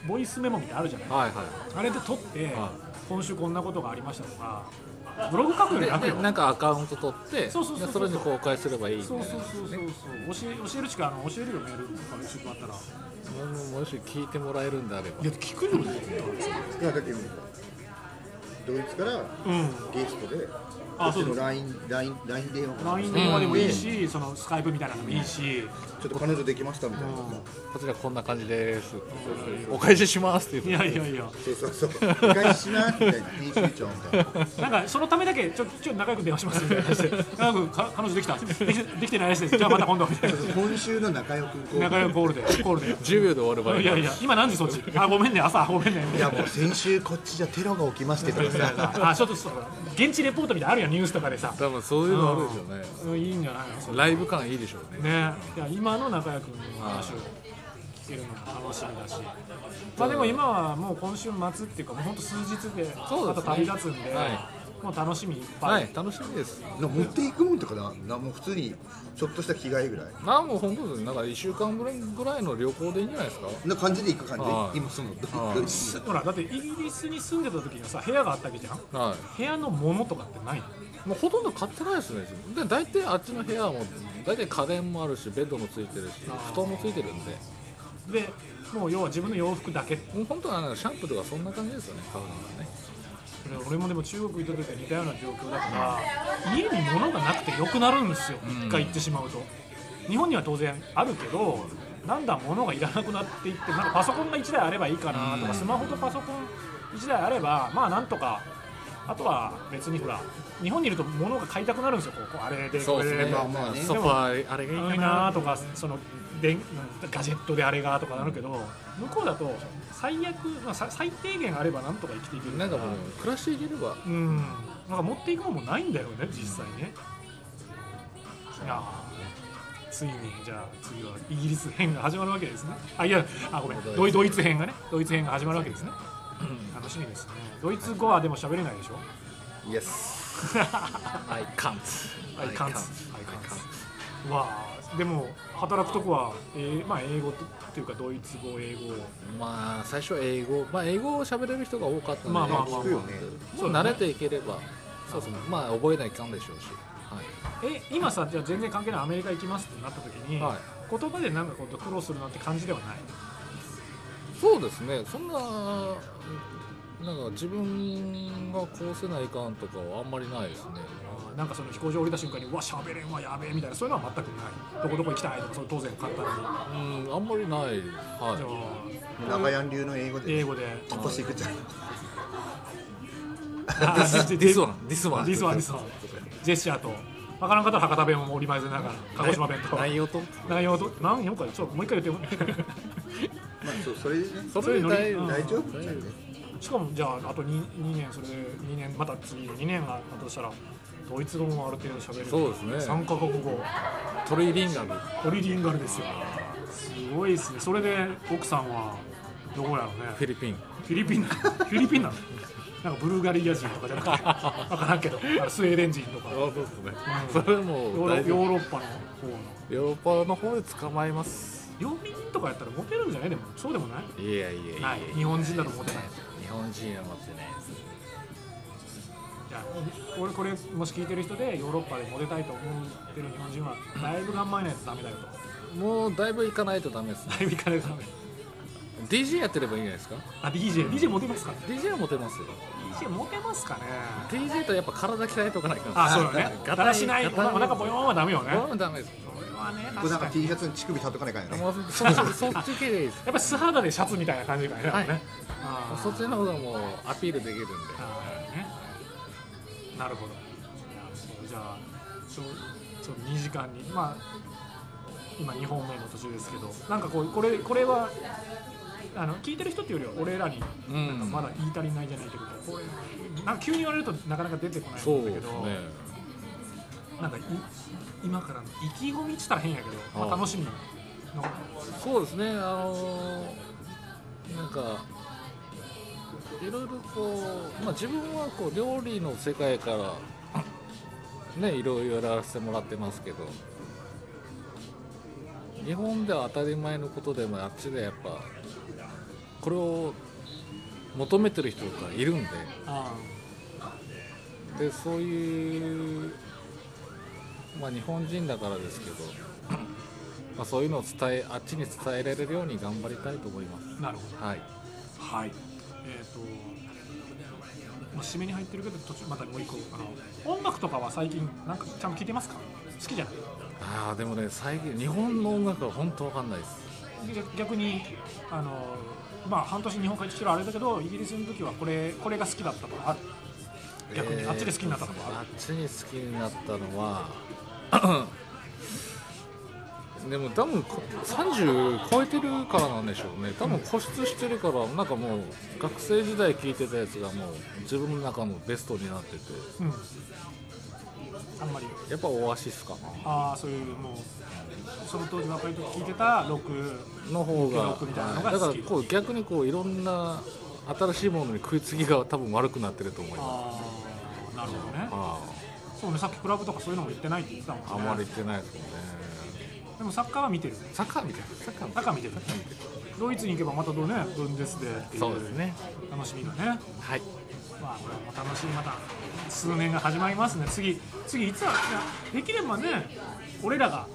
Speaker 6: ボイスメモみたいなのあるじゃない
Speaker 8: はいは
Speaker 6: あれで撮って、
Speaker 8: は
Speaker 6: 今週こんなことがありましたとかブログ書くより楽
Speaker 8: いで
Speaker 6: よ
Speaker 8: なんかアカウント取って
Speaker 6: そうそうそうそう
Speaker 8: でそれに公開すればいいみた
Speaker 6: そ
Speaker 8: いうな
Speaker 6: そうそうそうそう教え教えるしかあの教えるよメールとか一緒にあったらい
Speaker 8: もうもし聞いてもらえるんであれば
Speaker 6: や聞くよ
Speaker 7: いやだけどドイツから
Speaker 6: うん
Speaker 7: ゲストで
Speaker 6: あそう
Speaker 7: ち
Speaker 6: だ
Speaker 7: の LINE 電話かな
Speaker 6: LINE 電話でもいいし、そのスカイプみたいなのもいいし、
Speaker 7: ちょっと彼女できましたみたいな
Speaker 8: こちらこんな感じですお返ししますって
Speaker 6: い
Speaker 8: 言っ
Speaker 6: や
Speaker 8: て
Speaker 6: いやいや
Speaker 7: そうそうそう「お返ししな」みたいな「編集長」みたいな
Speaker 6: なんかそのためだけちょちょ仲良く電話しますみたいな話で仲良くか彼女できたできできてないらしいですじゃあまた今度みたいな
Speaker 7: 今週の仲良くこう
Speaker 6: 仲良くコールでコールで
Speaker 8: 10秒で終わる場合
Speaker 6: いやいや今何時そっちあごめんね朝ごめんね
Speaker 7: いやもう先週こっちじゃテロが起きましてとかさ
Speaker 6: あちょっとそう現地レポートみたいなのあるやんニュースとかでさ
Speaker 8: 多分そういうのあるでしょうね
Speaker 6: うんいいんじゃないのそれ
Speaker 8: ライブ感いいでしょうね
Speaker 6: ねいや今の中谷君の話を聞けるのも楽しみだしまあでも今はもう今週末っていうかもうほんと数日であ
Speaker 8: そうで
Speaker 6: と
Speaker 8: すね
Speaker 6: 旅立つんで
Speaker 8: は
Speaker 6: もう楽しみいっぱ
Speaker 8: はいい楽しみです
Speaker 7: な持っていくもんとかななもう普通にちょっとした着替えぐらい
Speaker 8: まあもう本当ですなんか1週間ぶりぐらいの旅行でいいんじゃないですか
Speaker 7: な感じで行く感じ
Speaker 8: はい
Speaker 7: 今そのド
Speaker 8: はい
Speaker 7: イツ
Speaker 6: ほらだってイギリスに住んでた時にはさ部屋があったわけじゃん
Speaker 8: は
Speaker 6: 部屋のものとかってないの
Speaker 8: いもうほとんど買ってないですねで大体あっちの部屋はもう大体家電もあるしベッドもついてるし布団もついてるんで
Speaker 6: でもう要は自分の洋服だけ
Speaker 8: もう本当はあのシャンプーとかそんな感じですよね買うのはね
Speaker 6: 俺もでも中国行った時は似たような状況だから家に物がなくてよくなるんですよ
Speaker 8: ん
Speaker 6: 一回行ってしまうと日本には当然あるけどだんだん物がいらなくなっていってなんかパソコンが1台あればいいかなと
Speaker 8: う
Speaker 6: か
Speaker 8: ん
Speaker 6: スマホとパソコン1台あればまあなんとかあとは別にほら日本にいると物が買いたくなるんですよこうこうあれでこれで
Speaker 7: まあまあね
Speaker 8: ソファーあれがいい
Speaker 6: い
Speaker 8: か
Speaker 6: い
Speaker 8: な
Speaker 6: なとかそのでガジェットであれがとかなるけど向こうだと最悪、まあ、さ最低限あればなんとか生きていける
Speaker 8: なんかもう暮らしていければ
Speaker 6: うん、なんか持っていくもんもないんだよね、実際ね。いやーついに、じゃあ次はイギリス編が始まるわけですね。あ、いや、あ、ごめん、ドイドイツ編がね、ドイツ編が始まるわけですね。楽しみですね。ドイツ語はでも喋れないでしょ。
Speaker 7: イエス
Speaker 8: I can't
Speaker 6: アイカンツ、アイカンツ。わあ、でも働くとこは、えーまあ英語っていうかドイツ語、英語。
Speaker 8: まあ最初は英語まあ英語を喋れる人が多かったので
Speaker 6: まあまあまあ
Speaker 7: 聞くよね
Speaker 8: もう慣れていければそうそうまあ覚えないかんでしょうしは
Speaker 6: え、今さ、じゃあ全然関係ないアメリカ行きますってなった時に、
Speaker 8: はい
Speaker 6: 言葉でなんかこう苦労するなんて感じではない。
Speaker 8: いそうですねそんななんか自分がこうせないかんとかはあんまりないですね
Speaker 6: あーなんかその飛行場降りた瞬間にうわしゃべれんわやべえみたいなそういうのは全くないどこどこ行きたいとかそれ当然簡単に
Speaker 8: うんあんまりない
Speaker 6: じゃ
Speaker 8: は
Speaker 7: 長屋流の英語で
Speaker 6: 英語 で
Speaker 7: 突破していくじゃん
Speaker 6: あ
Speaker 8: い This- This one This one
Speaker 6: ディスワンディスワンジェスチャーとわからんかったら博多弁を織り交ぜながら鹿児島弁と
Speaker 8: 内容と
Speaker 6: 内容と何よかちょっともう一回言って も
Speaker 7: まあそうそれでね
Speaker 8: それで大
Speaker 6: うん
Speaker 7: 大丈夫じゃんね
Speaker 6: しかもじゃああと 2, 2年それで2年また次の2年があったとしたらドイツ語もある程度喋れる
Speaker 8: そうですね
Speaker 6: 3カ国語
Speaker 8: トリリンガル
Speaker 6: ポリリンガルですよすごいですねそれで奥さんはどこやろうね
Speaker 8: フィリピン
Speaker 6: フィリピンなのフィリピンなのなんかブルガリア人とかじゃなく て分からんけどあのスウェーデン人とかヨ
Speaker 8: そうですねそれはも
Speaker 6: ー
Speaker 8: う
Speaker 6: ロ
Speaker 8: 大丈夫
Speaker 6: ヨーロッパの方の
Speaker 8: ヨーロッパの方で捕まえます
Speaker 6: ヨー人とかやったらモテるんじゃないでもそうでもない
Speaker 8: いやいやいやいや
Speaker 6: ない日本人だと思ってない
Speaker 8: 日本人は持ってないです
Speaker 6: じゃあ俺これもし聞いてる人でヨーロッパでモテたいと思ってる日本人はだいぶ頑張らないとダメだよと
Speaker 8: もうだいぶ行かないとダメですね
Speaker 6: だいぶいかないとダメ
Speaker 8: DJ やってればいいんじゃないですか
Speaker 6: あ DJDJ モテますか
Speaker 8: DJ はモテますよ
Speaker 6: DJ モテますかね
Speaker 8: DJ とやっぱ体鍛えとかないから
Speaker 6: あそうだねだらしないお腹お腹ボヨーンはダメよね
Speaker 8: ボヨンはダメです
Speaker 6: これはね
Speaker 7: これな
Speaker 6: 確
Speaker 7: ん
Speaker 6: か
Speaker 7: か
Speaker 6: に
Speaker 7: T シャツに乳首立っとかないからね
Speaker 8: もうそそそっち系でいいです
Speaker 6: やっぱ素肌でシャツみたいな感じかね、
Speaker 8: はい
Speaker 6: ねあー
Speaker 8: そっちの方がもうアピールできるんで
Speaker 6: あーねなるほどいやそうじゃあちょちょ2時間にまあ今2本目の途中ですけどなんかこうこれこれはあの聞いてる人っていうよりは俺らに
Speaker 8: うん
Speaker 6: なんかまだ言い足りないじゃないけど、これなんか急に言われるとなかなか出てこない
Speaker 8: そうん
Speaker 6: だ
Speaker 8: で
Speaker 6: け
Speaker 8: す
Speaker 6: ど、
Speaker 8: ね
Speaker 6: なんかい今からの意気込みって言ったら変やけど、まあ
Speaker 8: ああ
Speaker 6: 楽しみの
Speaker 8: そうですねあのーなんかいろいろこう、まあ、自分はこう料理の世界からねいろいろやらせてもらってますけど日本では当たり前のことでもあっちでやっぱこれを求めてる人がいるんで
Speaker 6: あ
Speaker 8: でそういう、まあ、日本人だからですけど、まあ、そういうのを伝えあっちに伝えられるように頑張りたいと思いま
Speaker 6: あなるほど
Speaker 8: す、はい、
Speaker 6: はい。えっ、と、まあ、締めに入ってるけど、途中またもう一個、あの、音楽とかは最近、なんか、ちゃんと聞いてますか。好きじゃない。
Speaker 8: ああでもね最近日本の音楽は本当わかんないです
Speaker 6: 逆逆に、あの、まあ、半年日本帰ってきてるあれだけど、イギリスの時は、これ、これが好きだったとかある。逆に、あっちで好きになったとかあ
Speaker 8: あ
Speaker 6: る。
Speaker 8: っちに好きになったのは でも多分こ30超えてるからなんでしょうね多分固執してるからなんかもう学生時代聴いてたやつがもう自分の中のベストになってて
Speaker 6: うん。あんまり、
Speaker 8: やっぱオアシスか
Speaker 6: ああ、そういう、もう。その当時若い時聞いてたロック
Speaker 8: なの方が
Speaker 6: ロックみたいなのが
Speaker 8: はいだから
Speaker 6: 好き
Speaker 8: こう逆にこういろんな新しいものに食いつきが多分悪くなってると思います
Speaker 6: ああなるほどね
Speaker 8: あ
Speaker 6: そうねさっきクラブとかそういうのも行ってないって言ってたもんね
Speaker 8: ああまり言ってないですもんね
Speaker 6: でもサッカーは見てる
Speaker 8: サッカーみたいなサッカーみたい
Speaker 6: 中見てるドイツに行けばまたどうねブンデスでってい
Speaker 8: なそうですね
Speaker 6: 楽しみがね
Speaker 8: はい
Speaker 6: まあこれも楽しいまた数年が始まりますね次次いつはできればね俺らが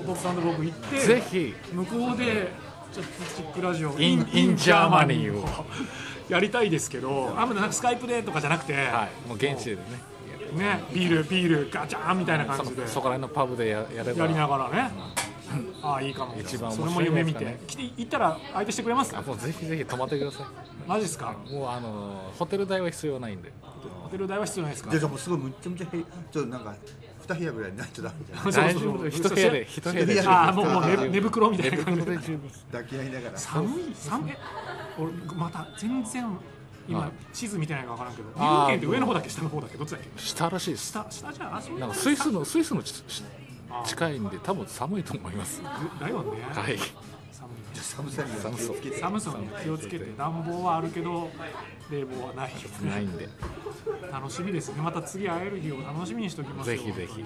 Speaker 6: お父さんと僕行って
Speaker 8: ぜひ
Speaker 6: 向こうでちょっとチックラジオ
Speaker 8: In- in Germany を
Speaker 6: やりたいですけどあんまなんかスカイプでとかじゃなくて、
Speaker 8: はいもう現地でね
Speaker 6: ねビールビールガチャーンみたいな感じで
Speaker 8: そそこら辺のパブでややれば
Speaker 6: やりながらね、ああいいかも
Speaker 8: 一番面
Speaker 6: そ
Speaker 8: 白
Speaker 6: れ
Speaker 8: い
Speaker 6: も夢見て、
Speaker 8: やつ
Speaker 6: 来て行ったら相手してくれます
Speaker 8: あもうぜひぜひ泊まってくださ
Speaker 6: マジですか
Speaker 8: いもうあのーホテル代は必要ないんで
Speaker 6: ホテル代は必要ないですか
Speaker 7: ででもすごいむっちゃむちゃへちょっとなんか2部屋ぐらいないとダ メじゃない
Speaker 6: そうそ
Speaker 8: 大丈
Speaker 6: う
Speaker 8: 夫です一部屋で一部屋
Speaker 7: 一部
Speaker 8: で
Speaker 7: 屋
Speaker 6: ああもうもう寝寝袋みたいな感じで
Speaker 7: 抱き合いながら
Speaker 6: 寒い寒い俺また全然今、
Speaker 8: はい
Speaker 6: 地図見てないから分からんけど日
Speaker 8: あ
Speaker 6: 本
Speaker 8: ー
Speaker 6: 圏って上の方だっけ下の方だっけどっちだっけ
Speaker 8: したらしいです
Speaker 6: 下下じゃんあそう
Speaker 8: なんかスイス
Speaker 6: の
Speaker 8: のスイスのちち近いんで多分寒いと思いますは
Speaker 6: だよね、
Speaker 8: い
Speaker 6: 寒
Speaker 7: 寒さには気をつけ
Speaker 6: い
Speaker 7: て
Speaker 6: 寒さには気をつけて暖房はあるけど冷房はないよ
Speaker 8: ない
Speaker 6: ね
Speaker 8: んで
Speaker 6: 楽しみですねまた次会える日を楽しみにしておきます
Speaker 8: ぜ
Speaker 6: よ
Speaker 8: ひぜひ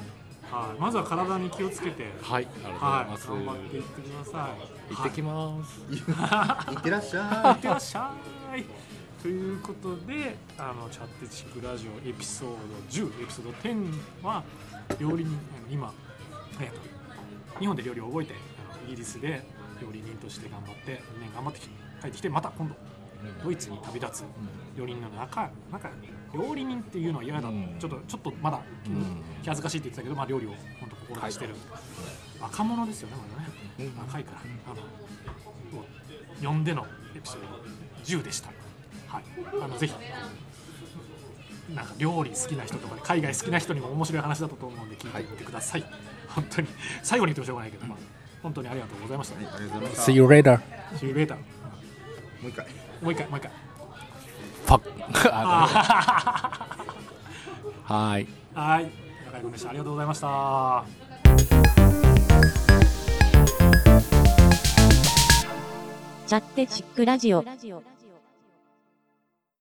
Speaker 6: はいまずは体に気をつけて
Speaker 8: はい、あり
Speaker 6: は
Speaker 8: が
Speaker 6: い、
Speaker 8: とうございま
Speaker 6: 頑張っ
Speaker 8: す。
Speaker 6: ていってください。
Speaker 8: 行ってきます。
Speaker 7: いってら っし
Speaker 6: はいい
Speaker 7: ゃ
Speaker 6: ってらっしゃい。ということで、あのチャットチックラジオエピソード10、エピソード10は料理人あの今、えっと日本で料理を覚えて、あのイギリスで料理人として頑張って、2年頑張ってきて帰ってきて、また今度ドイツに旅立つ料理人の中、中料理人っていうのは嫌だ、
Speaker 8: うん
Speaker 6: ちょっとちょっとまだ気,、
Speaker 8: うん
Speaker 6: 恥ずかしいって言ってたけど、まあ料理を本当心にしてる、若者ですよね、まだね。
Speaker 8: うん
Speaker 6: 若いから、あのを呼んでのエピソード10でした。はい、あのぜひなんか料理好きな人とか海外好きな人にも面白い話だったと思うんで聞いてみてください。本当に最後に言ってもしょうがないけど、まあ、本当にありがとうございました。
Speaker 7: ーありがとうございま
Speaker 8: See you later.
Speaker 6: See you later
Speaker 7: すもう一回
Speaker 6: もう一回もう一回。
Speaker 8: Fuck.
Speaker 6: あ
Speaker 8: あはい。
Speaker 6: ーはい、中井君でした。ありがとうございました。
Speaker 5: チャッテチックラジオ。